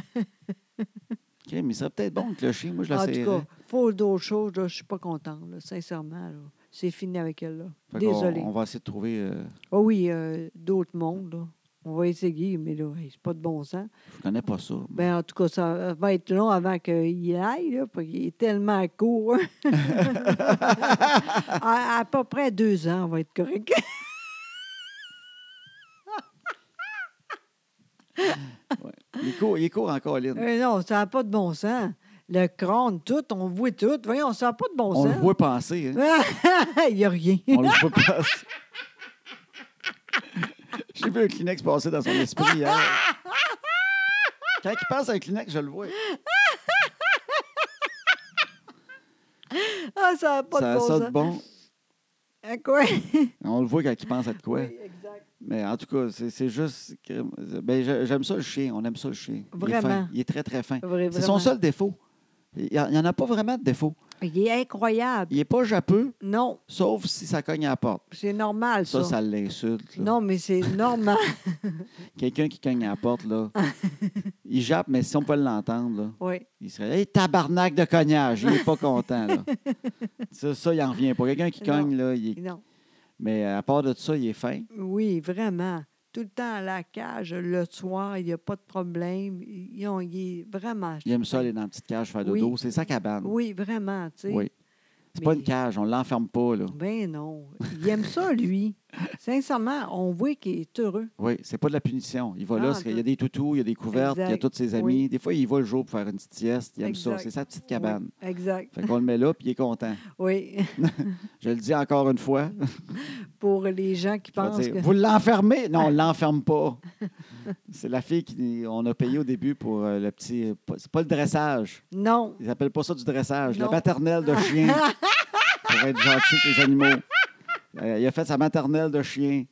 A: Crème, mais ça serait peut-être bon que le chien, moi, je
B: en tout
A: l'essayerais.
B: cas, faut d'autres choses, là. Je suis pas contente, là, sincèrement, là. C'est fini avec elle, là.
A: Fait qu'on-
B: Désolée.
A: On va essayer de trouver. euh,
B: Ah oui, euh, d'autres mondes, là. On va essayer, mais là, hey, c'est pas de bon sens.
A: je connais pas ça.
B: Ben, en tout cas, ça va être long avant qu'il aille, là, parce qu'il est tellement court. à, à peu près deux ans, on va être correct.
A: Il court, il court en colline.
B: Euh, non, ça n'a pas de bon sens. Le crâne, tout, on voit tout. Voyons, ça n'a pas de bon
A: On le
B: sens.
A: voit penser. hein.
B: Il n'y a rien.
A: On le voit passer. J'ai vu un Kleenex passer dans son esprit hier. Quand il passe un Kleenex, je le vois.
B: Ah, ça n'a pas
A: ça
B: de
A: ça
B: bon sens.
A: de bon.
B: Ah, quoi?
A: On le voit quand il pense à de quoi.
B: Oui, exact.
A: Mais en tout cas, c'est c'est juste. que- Ben, j'a- J'aime ça le chien. On aime ça le chien. Il est,
B: Vraiment.
A: fin. Il est très, très fin.
B: Vra-
A: C'est son
B: vraiment.
A: seul défaut. Il n'y en a pas vraiment de défaut.
B: Il est incroyable.
A: Il n'est pas japeux,
B: Non,
A: sauf si ça cogne à la porte.
B: c'est normal, ça.
A: Ça, ça l'insulte. là.
B: Non, mais c'est normal.
A: Quelqu'un qui cogne à la porte, là, il jappe, mais si on peut l'entendre, là,
B: oui.
A: Il serait Hey, tabarnak de cognage, il n'est pas content. Là. ça, ça, il n'en revient pas. Quelqu'un qui
B: Non.
A: cogne, là, il est-
B: Non.
A: mais à part de ça, il est fin.
B: Oui, vraiment. Tout le temps à la cage, le soir, il n'y a pas de problème. Ils ont, il est vraiment.
A: Il aime ça aller dans la petite cage faire
B: Oui.
A: dodo. C'est ça cabane.
B: Oui, vraiment, tu sais.
A: Oui. C'est pas
B: Mais-
A: une cage, on ne l'enferme pas. Là.
B: Ben non. Il aime ça, lui. Sincèrement, on voit qu'il est heureux.
A: Oui, c'est pas de la punition. Il va là,
B: Non,
A: parce qu'il y a des toutous, il y a des couvertes, il y a
B: Exact.
A: tous ses amis.
B: Oui.
A: Des fois, il va le jour pour faire une petite sieste. Il aime ça.
B: Exact.
A: C'est sa petite cabane.
B: Oui, exact.
A: Fait qu'on le met là, puis il est content.
B: Oui.
A: Je le dis encore une fois.
B: Pour les gens qui
A: Je vais
B: pensent
A: dire,
B: que.
A: Vous l'enfermez? Non, on ne l'enferme pas. C'est la fille qu'on a payée au début pour euh, le petit. C'est pas le dressage.
B: Non.
A: Ils appellent pas ça du dressage. La
B: Non.
A: maternelle de chien. pour être gentil avec les animaux. Euh, il a fait sa maternelle de chien.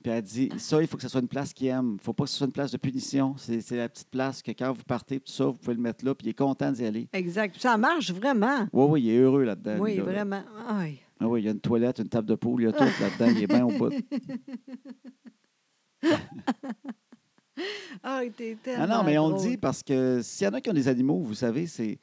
A: Puis elle dit Ça, il faut que ce soit une place qu'il aime. faut pas que ce soit une place de punition. C'est c'est la petite place que quand vous partez, tout ça, vous pouvez le mettre là. Puis il est content d'y aller.
B: Exact. Ça marche vraiment.
A: Oui, oui, il est heureux là-dedans.
B: Oui,
A: lui, là.
B: vraiment. Aïe.
A: Ah oui, il y a une toilette, une table de poule, il y a tout là-dedans. Il est bien au bout.
B: Aïe, t'es
A: Ah
B: tellement.
A: non, mais on le
B: drôle.
A: dit parce que s'il y en a qui ont des animaux, vous savez, c'est.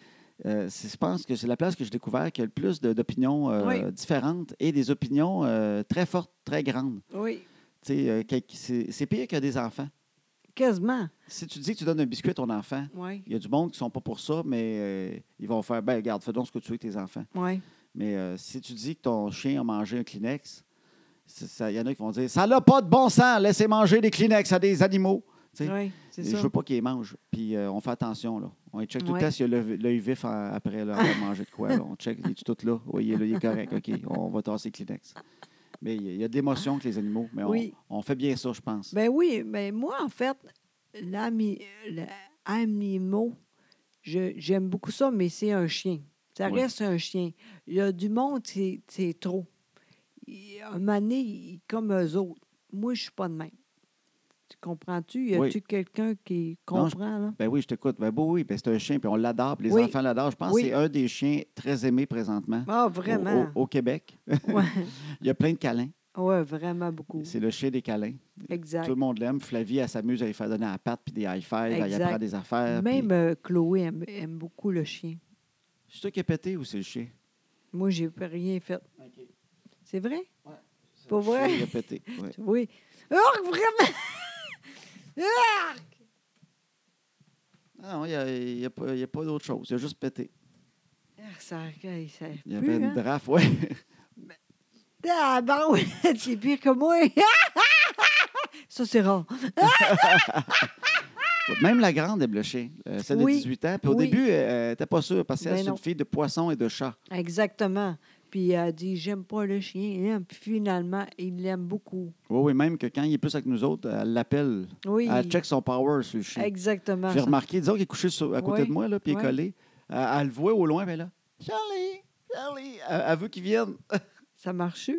A: euh, c'est- je pense que c'est la place que j'ai découvert qui a le plus de- d'opinions euh,
B: Oui.
A: différentes et des opinions euh, très fortes, très grandes.
B: Oui,
A: Tu sais, euh, quel- c'est c'est pire que des enfants.
B: quasiment.
A: Si tu dis que tu donnes un biscuit à ton enfant,
B: Oui.
A: il y a du monde qui sont pas pour ça, mais euh, ils vont faire ben regarde, fais donc ce que tu veux avec tes enfants.
B: Oui.
A: Mais euh, si tu dis que ton chien a mangé un Kleenex, c'est- ça- il y en a qui vont dire ça n'a pas de bon sens, laissez manger des Kleenex à des animaux. Tu sais,
B: Oui, c'est
A: et Je
B: ça.
A: veux pas qu'il les mange. Puis euh, on fait attention, là. On les check tout le
B: Ouais.
A: temps s'il y a l'œil- l'œil vif en- après, là, après manger de quoi. là. On check, il est tout là. Oui, il est là, il est correct. OK, on va tasser le Kleenex. Mais il y a- il y a de l'émotion avec les animaux. Mais on-
B: Oui.
A: on, fait bien ça, je pense.
B: Ben oui, mais moi, en fait, l'ami, l'animaux, je- j'aime beaucoup ça, mais c'est un chien. Ça
A: Ouais.
B: reste un chien. Il y a du monde, c'est c'est trop. il- un moment donné, il- comme eux autres. Moi, je suis pas de même. Tu comprends-tu? Y
A: Oui.
B: a-tu quelqu'un qui
A: Non, je-
B: comprend, là?
A: Ben oui, je t'écoute. Ben bon, oui, ben c'est un chien, puis on l'adore, puis les
B: Oui.
A: enfants l'adorent. Je pense
B: Oui.
A: que c'est un des chiens très aimés présentement
B: Ah,
A: au-
B: vraiment.
A: au, au Québec.
B: Oui,
A: Il y a plein de câlins.
B: ouais, vraiment beaucoup.
A: oh. C'est le chien des câlins.
B: Exact.
A: Tout le monde l'aime. Flavie, elle s'amuse à lui faire donner à la patte, puis des high-fives, elle y
B: Exact.
A: apprend des affaires. puis-
B: Même euh, Chloé aime, aime beaucoup le chien.
A: C'est toi qui as pété ou c'est le chien?
B: Moi, j'ai pas rien fait.
A: OK.
B: C'est vrai?
A: C'est
B: Pas
A: le chien
B: vrai?
A: qui a pété, ouais.
B: Oui. Oh, vraiment!
A: Ah Non, il n'y a, il y a pas, il y a pas d'autre chose. Il a juste pété.
B: Ah, Ça, ça, ça
A: Il y
B: pue,
A: avait une
B: hein?
A: draft, ouais.
B: Ah, ben oui, c'est pire que moi. ça, c'est rare.
A: Même la grande aime le chien. Euh, celle
B: Oui.
A: de 18 ans. Puis au
B: Oui.
A: début, euh, elle n'était pas sûre parce que
B: Ben
A: c'est
B: non.
A: une fille de poisson et de chat.
B: Exactement. Puis elle dit J'aime pas le chien. hein. Puis finalement, il l'aime beaucoup.
A: Oui, oui, même que quand il est plus avec nous autres, elle l'appelle.
B: Oui.
A: Elle Ah, check son power sur le chien.
B: Exactement.
A: J'ai
B: ça.
A: remarqué, disons qu'il est couché sur- à côté
B: Ouais,
A: de moi, là, puis il est
B: ouais.
A: collé. Euh, elle le voit au loin, mais là, Charlie, Charlie, elle, elle veut qu'il vienne.
B: Ça marche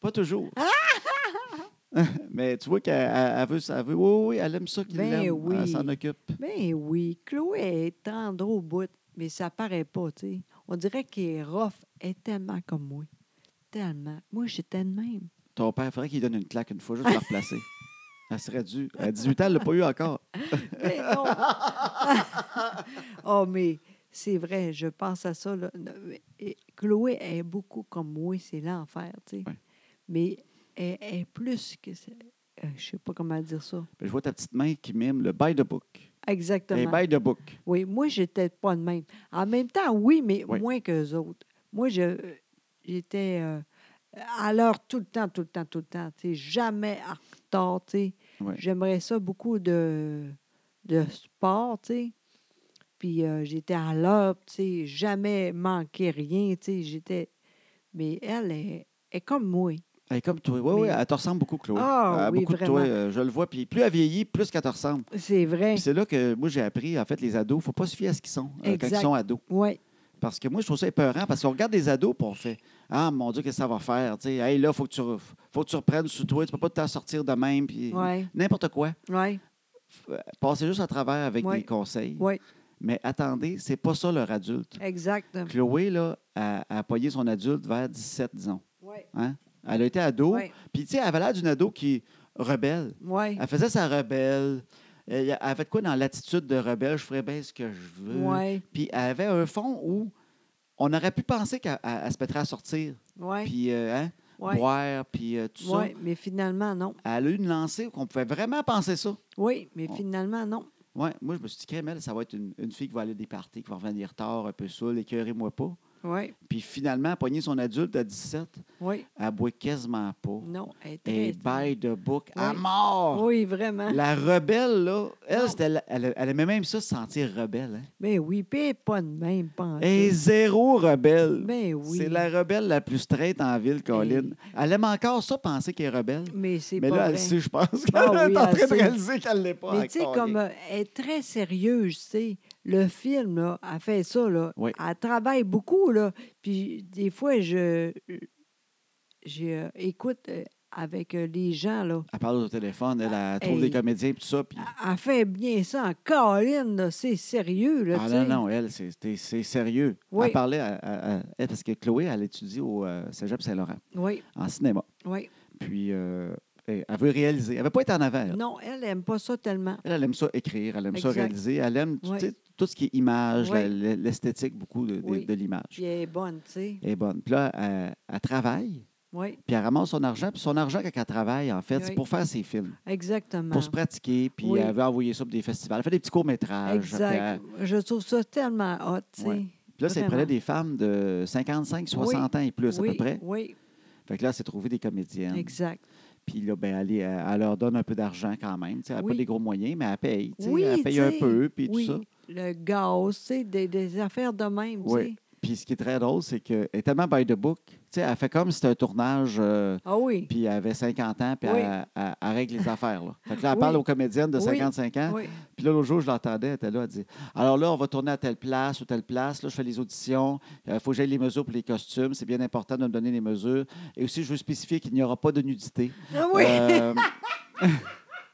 A: Pas toujours.
B: Ah!
A: mais tu vois qu'elle elle- elle veut, ça- elle veut. Oui, oui, elle aime ça qu'il
B: Ben
A: l'aime.
B: oui.
A: Elle s'en occupe.
B: Ben oui, Chloé est tendre au bout, mais ça paraît pas, tu sais. On dirait qu'il est rough. Elle est tellement comme moi. Tellement. Moi, j'étais de même.
A: Ton père, il faudrait qu'il donne une claque une fois, juste pour la replacer. Elle serait due. À 18 ans, elle l'a pas eu encore.
B: Mais non! oh, mais c'est vrai, je pense à ça. là. Non, mais- et Chloé est beaucoup comme moi, c'est l'enfer, tu sais.
A: Ouais.
B: Mais elle est plus que. ça. Euh, je sais pas comment dire ça.
A: Ben, je vois ta petite main qui mime le by the book. Les
B: Exactement.
A: by the book.
B: Oui, moi, j'étais pas de même. En même temps, oui, mais
A: Oui.
B: moins qu'eux autres. Moi, je, euh, j'étais euh, à l'heure tout le temps, tout le temps, tout le temps. tu sais, jamais en retard. tu sais.
A: Oui.
B: J'aimerais ça beaucoup de, de sport. tu sais. Puis euh, j'étais à l'heure, tu sais, jamais manqué rien. tu sais, J'étais. Mais elle est, est comme moi.
A: Elle est comme toi. Oui, oui,
B: Mais-
A: elle te ressemble beaucoup, Chloé.
B: Ah,
A: Elle a
B: oui,
A: beaucoup de toi.
B: vraiment.
A: euh, Je le vois. Puis plus elle vieillit, plus qu'elle te ressemble.
B: C'est vrai.
A: Puis c'est là que moi, j'ai appris, en fait, les ados, faut pas se fier à ce qu'ils sont euh, quand ils
B: Exact.
A: sont ados.
B: Oui,
A: Parce que moi, je trouve ça épeurant. Parce qu'on regarde des ados, puis on fait Ah, mon Dieu, qu'est-ce que ça va faire? Tu sais, hey, là, faut que tu, re- faut que tu reprennes sous toi. Tu peux pas t'en sortir de même. Puis
B: oui,
A: n'importe quoi.
B: oui,
A: F- euh, Passez juste à travers avec
B: Ouais.
A: des conseils.
B: oui,
A: Mais attendez, c'est pas ça leur adulte.
B: exact.
A: Chloé, là, a, a pogné son adulte vers 17, disons.
B: Oui,
A: Hein? Elle a été ado.
B: oui,
A: Puis, tu sais, elle avait l'air d'une ado qui rebelle.
B: oui.
A: Elle faisait sa rebelle. Elle elle avait de quoi dans l'attitude de rebelle? Je ferais bien ce que je veux.
B: Oui,
A: Puis elle avait un fond où on aurait pu penser qu'elle elle- elle se mettrait à sortir,
B: oui,
A: puis euh, hein,
B: oui.
A: boire, puis euh, tout
B: Oui, mais finalement, non.
A: ça. Elle a eu une lancée où on pouvait vraiment penser ça.
B: Oui, mais
A: On-
B: finalement, non.
A: Ouais, moi, je me suis dit, Crémel, ça va être une, une fille qui va aller des parties, qui va revenir tard, un peu saoule, écœurez-moi pas.
B: Oui,
A: Puis finalement, pogner son adulte à 17,
B: oui,
A: elle boit quasiment pas.
B: non. Elle est
A: Et
B: très- très-
A: by the book, à
B: Mm. Ouais.
A: mort!
B: Oui, vraiment.
A: Eh ben, La rebelle, là,
B: Non.
A: elle, c'était la- elle, elle aimait même ça se sentir rebelle. hein.
B: Mais Ben oui, puis elle est pas de même, pas
A: Et zéro rebelle!
B: Mais oui.
A: Eh, C'est la rebelle la plus straight en ville, Colin. Elle aime encore ça, penser qu'elle est rebelle.
B: Mais c'est
A: Mais
B: pas
A: là,
B: vrai.
A: elle sait, je pense, qu'elle
B: Ah oui,
A: est en train
B: elle
A: de
B: sait.
A: réaliser qu'elle ne l'est pas.
B: mais tu sais,
A: encore.
B: comme euh, elle est très sérieuse, tu sais, le film, là, elle fait ça, là.
A: Oui.
B: Elle travaille beaucoup, là. Puis des fois, je, euh, j'écoute avec euh, les gens, là.
A: Elle parle au téléphone, elle, elle trouve
B: Hey. Ah,
A: des comédiens et tout ça. Puis...
B: Elle- Elle fait bien ça en colline, là. C'est sérieux, là,
A: Ah
B: tu
A: non,
B: sais.
A: non, elle, c'est c'est- c'est sérieux.
B: Oui.
A: Elle parlait à- à- à- elle, parce que Chloé, elle étudie au euh, Cégep Saint-Laurent,
B: Oui,
A: en cinéma.
B: oui.
A: Puis euh, elle elle veut réaliser. Elle ne veut pas être en avant. elle.
B: Non, elle aime pas ça tellement.
A: Elle, elle aime ça écrire, elle aime ça
B: Exact.
A: réaliser. Elle aime tu
B: Oui.
A: sais, tout ce qui est image,
B: Oui.
A: la- la- l'esthétique, beaucoup de, de-
B: Oui.
A: de l'image.
B: Puis elle est bonne, tu sais.
A: Elle est bonne. Puis là, elle- elle travaille.
B: Oui,
A: Puis elle ramasse son argent. Puis son argent, quand elle travaille, en fait, c'est
B: Oui.
A: pour faire ses films,
B: exactement.
A: pour se pratiquer. Puis
B: Oui.
A: elle veut envoyer ça pour des festivals. Elle fait des petits courts-métrages. Puis elle-
B: Exact. Je trouve ça tellement hot, tu sais.
A: Ouais. Puis là, ça
B: Vraiment.
A: prenait des femmes de 55, 60 ans et plus,
B: oui,
A: à peu près.
B: Oui,
A: Fait que là, elle s'est trouvée des comédiennes.
B: exact.
A: Puis là, ben, elle, est- elle- elle leur donne un peu d'argent quand même. Tu sais, Elle n'a
B: Oui.
A: pas des gros moyens, mais elle paye. tu sais.
B: Oui,
A: elle paye un
B: tu sais.
A: peu, puis
B: oui,
A: tout ça.
B: le gaz, tu sais, des, des affaires de même,
A: Oui.
B: tu sais.
A: Puis ce qui est très drôle, c'est qu'elle est tellement by the book. Tu sais, elle fait comme si c'était un tournage, euh,
B: Ah oui.
A: puis elle avait 50 ans, puis
B: Oui.
A: elle, elle- elle règle les affaires. Là. Fait que là, elle
B: Oui.
A: parle aux comédiennes de
B: Oui.
A: 55 ans.
B: oui.
A: Puis là, l'autre jour, je l'entendais, elle était là, elle dit Alors là, on va tourner à telle place ou telle place. Là, je fais les auditions. Il faut que j'aille les mesures pour les costumes. C'est bien important de me donner les mesures. Et aussi, je veux spécifier qu'il n'y aura pas de nudité.
B: Ah oui.
A: Euh,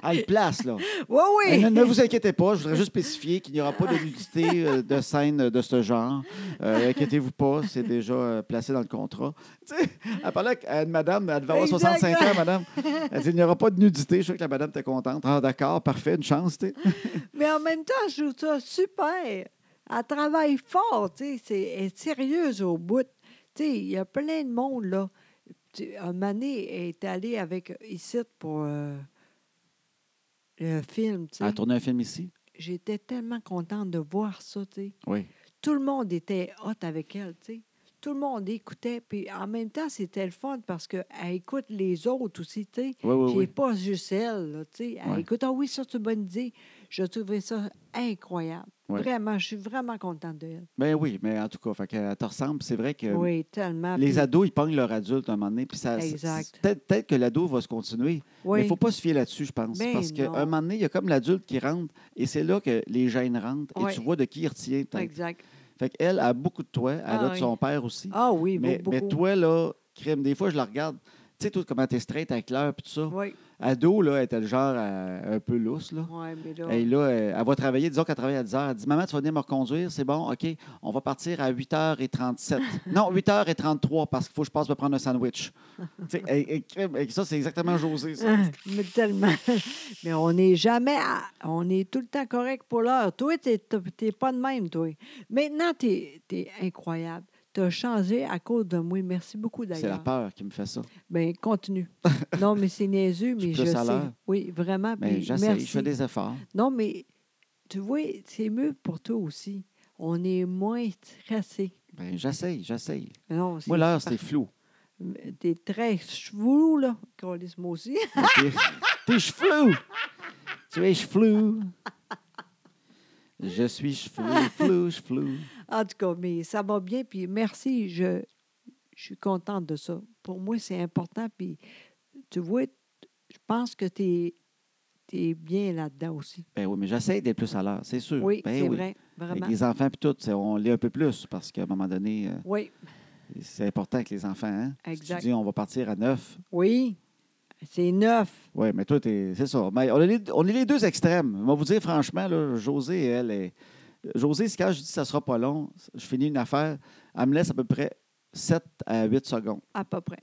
A: à Ah, une place, là.
B: oui, oui.
A: Ne, ne vous inquiétez pas, je voudrais juste spécifier qu'il n'y aura pas de nudité euh, de scène de ce genre. Euh, inquiétez-vous pas, c'est déjà euh, placé dans le contrat. Tu sais, elle parlait à une madame, elle devait avoir 65 ans,
B: Exactement.
A: madame. Elle dit il n'y aura pas de nudité. Je suis sûr que la madame était contente. Ah, d'accord, parfait, une chance, tu sais.
B: Mais en même temps, je trouve ça super. Elle travaille fort, tu sais, c'est- elle est sérieuse au bout. Tu sais, il y a plein de monde, là. Tu- Un mané est allé avec ici pour euh, le film, tu sais.
A: Elle a tourné un film ici?
B: J'étais tellement contente de voir ça, tu sais.
A: Oui.
B: Tout le monde était hot avec elle, tu sais. Tout le monde écoutait, puis en même temps, c'était le fun parce qu'elle écoute les autres aussi, tu sais.
A: Oui, oui,
B: Puis
A: oui.
B: pas juste elle, là, tu sais. Elle
A: Ouais.
B: Écoute, ah oui, ça, c'est une bonne idée. Je trouvais ça incroyable.
A: Ouais.
B: Vraiment, je suis vraiment contente d'elle.
A: Ben oui, mais en tout cas, fait qu'elle te ressemble. C'est vrai que
B: oui, tellement.
A: Euh, les
B: puis-
A: ados, ils pognent leur adulte à un moment donné. Puis ça,
B: Exact.
A: c'est- Peut-être, peut-être que l'ado va se continuer. Mais il
B: oui,
A: ne faut pas se fier là-dessus, je pense.
B: Ben
A: parce qu'à
B: non.
A: un moment donné, il y a comme l'adulte qui rentre et c'est là que les gènes rentrent et
B: Ouais.
A: tu vois de qui il retient. peut-être.
B: exact.
A: Fait qu'elle a beaucoup de toi, elle a
B: Ah
A: de
B: oui.
A: son père aussi.
B: Ah oui,
A: mais,
B: beaucoup.
A: mais toi, là, crime, des fois, je la regarde. Tu sais, toi, comment t'es straight avec l'heure puis tout ça.
B: Oui,
A: Ado, là, elle était le genre euh, un peu lousse, là.
B: oui, mais là.
A: Et là, euh, elle, elle va travailler, disons qu'elle travaille à 10 heures. Elle dit Maman, tu vas venir me reconduire, c'est bon, OK, on va partir à 8h37. non, 8h33 parce qu'il faut que je passe me prendre un sandwich. Tu sais, et, et crime, et ça, c'est exactement José. ça.
B: Ah, mais tellement. mais on n'est jamais. à- On est tout le temps correct pour l'heure. Toi, t'es t'es pas de même, toi. Maintenant, t'es es incroyable. T'as changé à cause de moi. Merci beaucoup,
A: C'est la
B: d'ailleurs.
A: peur qui me fait ça.
B: Ben continue. non, mais c'est niaiseux, mais
A: suis
B: je,
A: plus à
B: sais.
A: l'heure.
B: Oui, vraiment.
A: Mais
B: puis
A: j'essaie,
B: merci.
A: Ben, je fais des efforts.
B: Non, mais tu vois, c'est mieux pour toi aussi. On est moins stressé.
A: Ben, j'essaie, j'essaie.
B: Non, c'est
A: Moi, l'heure, c'est flou.
B: T'es très chevelu, là, Carlis, moi aussi.
A: T'es- T'es flou! Tu es flou! Je suis flou, flou, flou.
B: en tout cas, mais ça va bien, puis merci, je, je suis contente de ça. Pour moi, c'est important, puis tu vois, je pense que t'es es bien là-dedans aussi.
A: Ben oui, mais j'essaie d'être plus à l'heure, c'est sûr.
B: Oui,
A: Ben
B: c'est
A: oui.
B: vrai,
A: Avec
B: vraiment.
A: les enfants puis tout, c'est- on l'est un peu plus parce qu'à un moment donné, euh,
B: Oui,
A: c'est important avec les enfants. Hein? Si
B: Exact.
A: tu dis on va partir à neuf.
B: oui, c'est neuf.
A: Oui, mais toi, t'es- c'est ça. Mais on, est les, on est les deux extrêmes. On va vous dire franchement, là, José, elle est. José, c'est quand je dis ça sera pas long, je finis une affaire, elle me laisse à peu près 7 à 8 secondes.
B: À peu près.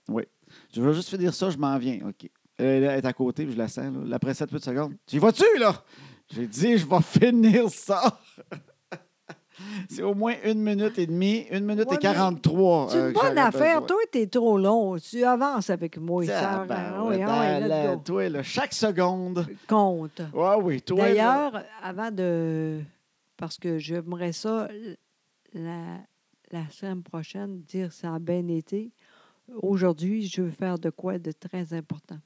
A: Je veux juste finir ça, je m'en viens. OK. Elle est à côté, puis je la sens. Là. Après 7-8 secondes, tu y vas-tu, là? J'ai dit, je vais finir ça. C'est au moins une minute et demie, une minute
B: Ouais,
A: et
B: mais
A: 43.
B: C'est
A: euh,
B: une
A: que
B: bonne
A: j'aurais
B: affaire.
A: besoin.
B: Toi, t'es trop long. Tu avances avec moi. ça.
A: Tabarouette,
B: Ah oui, ah oui,
A: ben,
B: let's
A: là,
B: go.
A: toi, là, chaque seconde.
B: Compte.
A: Ah oui, toi. là.
B: D'ailleurs, avant de... Parce que j'aimerais ça, l- la, la semaine prochaine, dire ça a bien été. Aujourd'hui, je veux faire de quoi de très important.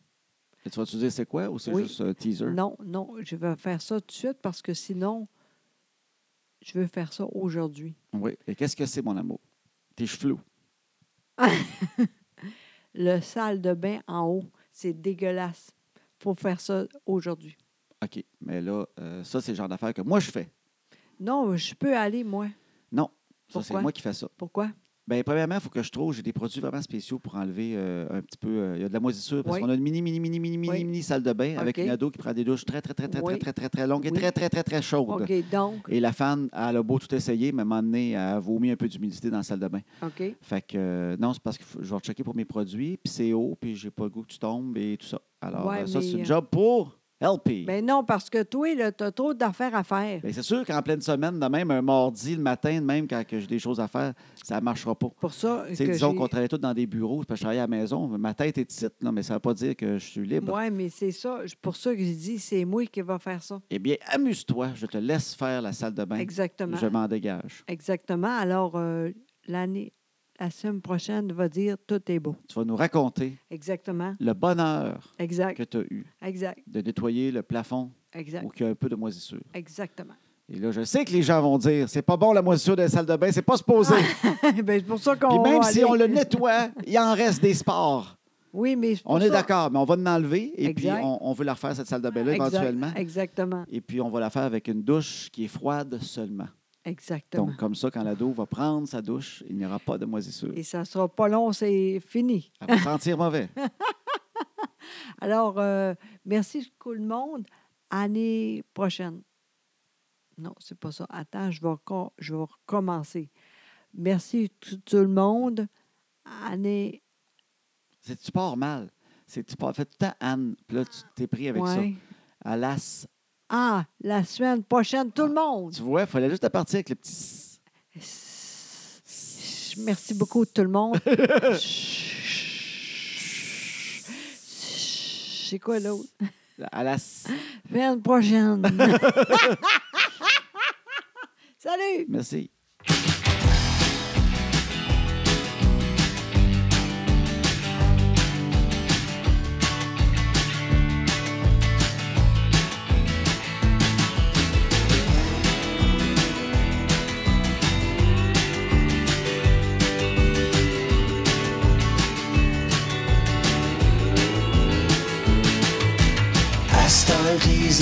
A: Et tu vas-tu dire c'est quoi ou c'est
B: Oui.
A: juste un teaser?
B: Non, non, je vais faire ça tout de suite parce que sinon, je veux faire ça aujourd'hui.
A: Oui. Et qu'est-ce que c'est, mon amour? T'es flou.
B: Le salle de bain en haut, c'est dégueulasse. Faut faire ça aujourd'hui.
A: OK. Mais là, euh, ça, c'est le genre d'affaire que moi, je fais.
B: Non, je peux aller, moi.
A: Non. Ça, c'est
B: Pourquoi?
A: moi qui fais ça.
B: Pourquoi?
A: Bien, premièrement, il faut que je trouve, j'ai des produits vraiment spéciaux pour enlever euh, un petit peu. euh, Il y a de la moisissure parce
B: Oui.
A: qu'on a une mini, mini, mini, mini, mini,
B: Oui.
A: mini salle de bain avec
B: OK.
A: une ado qui prend des douches très, très, très, très,
B: Oui.
A: très, très, très, très longues et
B: Oui.
A: très, très, très, très chaudes.
B: OK, donc,
A: Et la fan, elle a beau tout essayer, mais à un moment donné, elle a vomi un peu d'humidité dans la salle de bain.
B: OK.
A: Fait que, euh, non, c'est parce que faut- je vais rechecker pour mes produits, puis c'est haut, puis j'ai pas le goût que tu tombes et tout ça. Alors,
B: Ouais,
A: euh, ça,
B: mais,
A: c'est une
B: euh,
A: job pour LP.
B: Ben non, parce que toi, là, t'as trop d'affaires à
A: Bien,
B: faire.
A: Ben, c'est sûr qu'en pleine semaine, de même, un mardi, le matin, de même, quand que j'ai des choses à faire, ça marchera pas.
B: Pour ça
A: Tu sais,
B: que
A: disons
B: j'ai-
A: qu'on travaille tous dans des bureaux, c'est parce que je travaille à la maison, mais ma tête est petite, là, mais ça ne veut pas dire que je suis libre.
B: Ouais, mais c'est ça. je- Pour ça que je dis, c'est moi qui va faire ça.
A: Eh bien, amuse-toi, je te laisse faire la salle de bain.
B: Exactement.
A: Je m'en dégage.
B: Exactement. Alors, euh, l'année, la semaine prochaine va dire tout est beau.
A: Tu vas nous raconter
B: Exactement.
A: le bonheur
B: Exact.
A: que tu as eu
B: Exact.
A: de nettoyer le plafond
B: Exact.
A: ou qu'il y a un peu de moisissure.
B: Exactement.
A: Et là, je sais que les gens vont dire c'est pas bon la moisissure des salles de bain, c'est pas supposé.
B: ben, c'est pour ça qu'on
A: Puis même
B: va
A: si
B: aller-
A: on le nettoie, il en reste des sports.
B: Oui, mais c'est pour
A: On est
B: ça-
A: d'accord, mais on va l'enlever et
B: Exact.
A: puis on, on veut la refaire, cette salle de bain-là,
B: Exact-
A: éventuellement.
B: Exactement.
A: Et puis on va la faire avec une douche qui est froide seulement.
B: Exactement.
A: Donc, comme ça, quand l'ado va prendre sa douche, il n'y aura pas de moisissure.
B: Et ça sera pas long, c'est fini.
A: Elle va sentir mauvais.
B: Alors, euh, merci tout le monde. Année prochaine. Non, c'est pas ça. Attends, je vais, reco- je vais recommencer. Merci tout, tout le monde. Année.
A: C'est tu pars mal. C'est tu pars. Fais tout le temps Anne. Puis là, tu t'es pris avec
B: Ouais.
A: ça. Alas.
B: Ah, la semaine prochaine, tout le
A: Ah.
B: monde.
A: Tu vois, il fallait juste te partir avec le petit. s-
B: Chut, Merci beaucoup tout le monde. Chut. C'est quoi l'autre?
A: Alas.
B: Semaine prochaine. Salut!
A: Merci.
C: À ce temps que les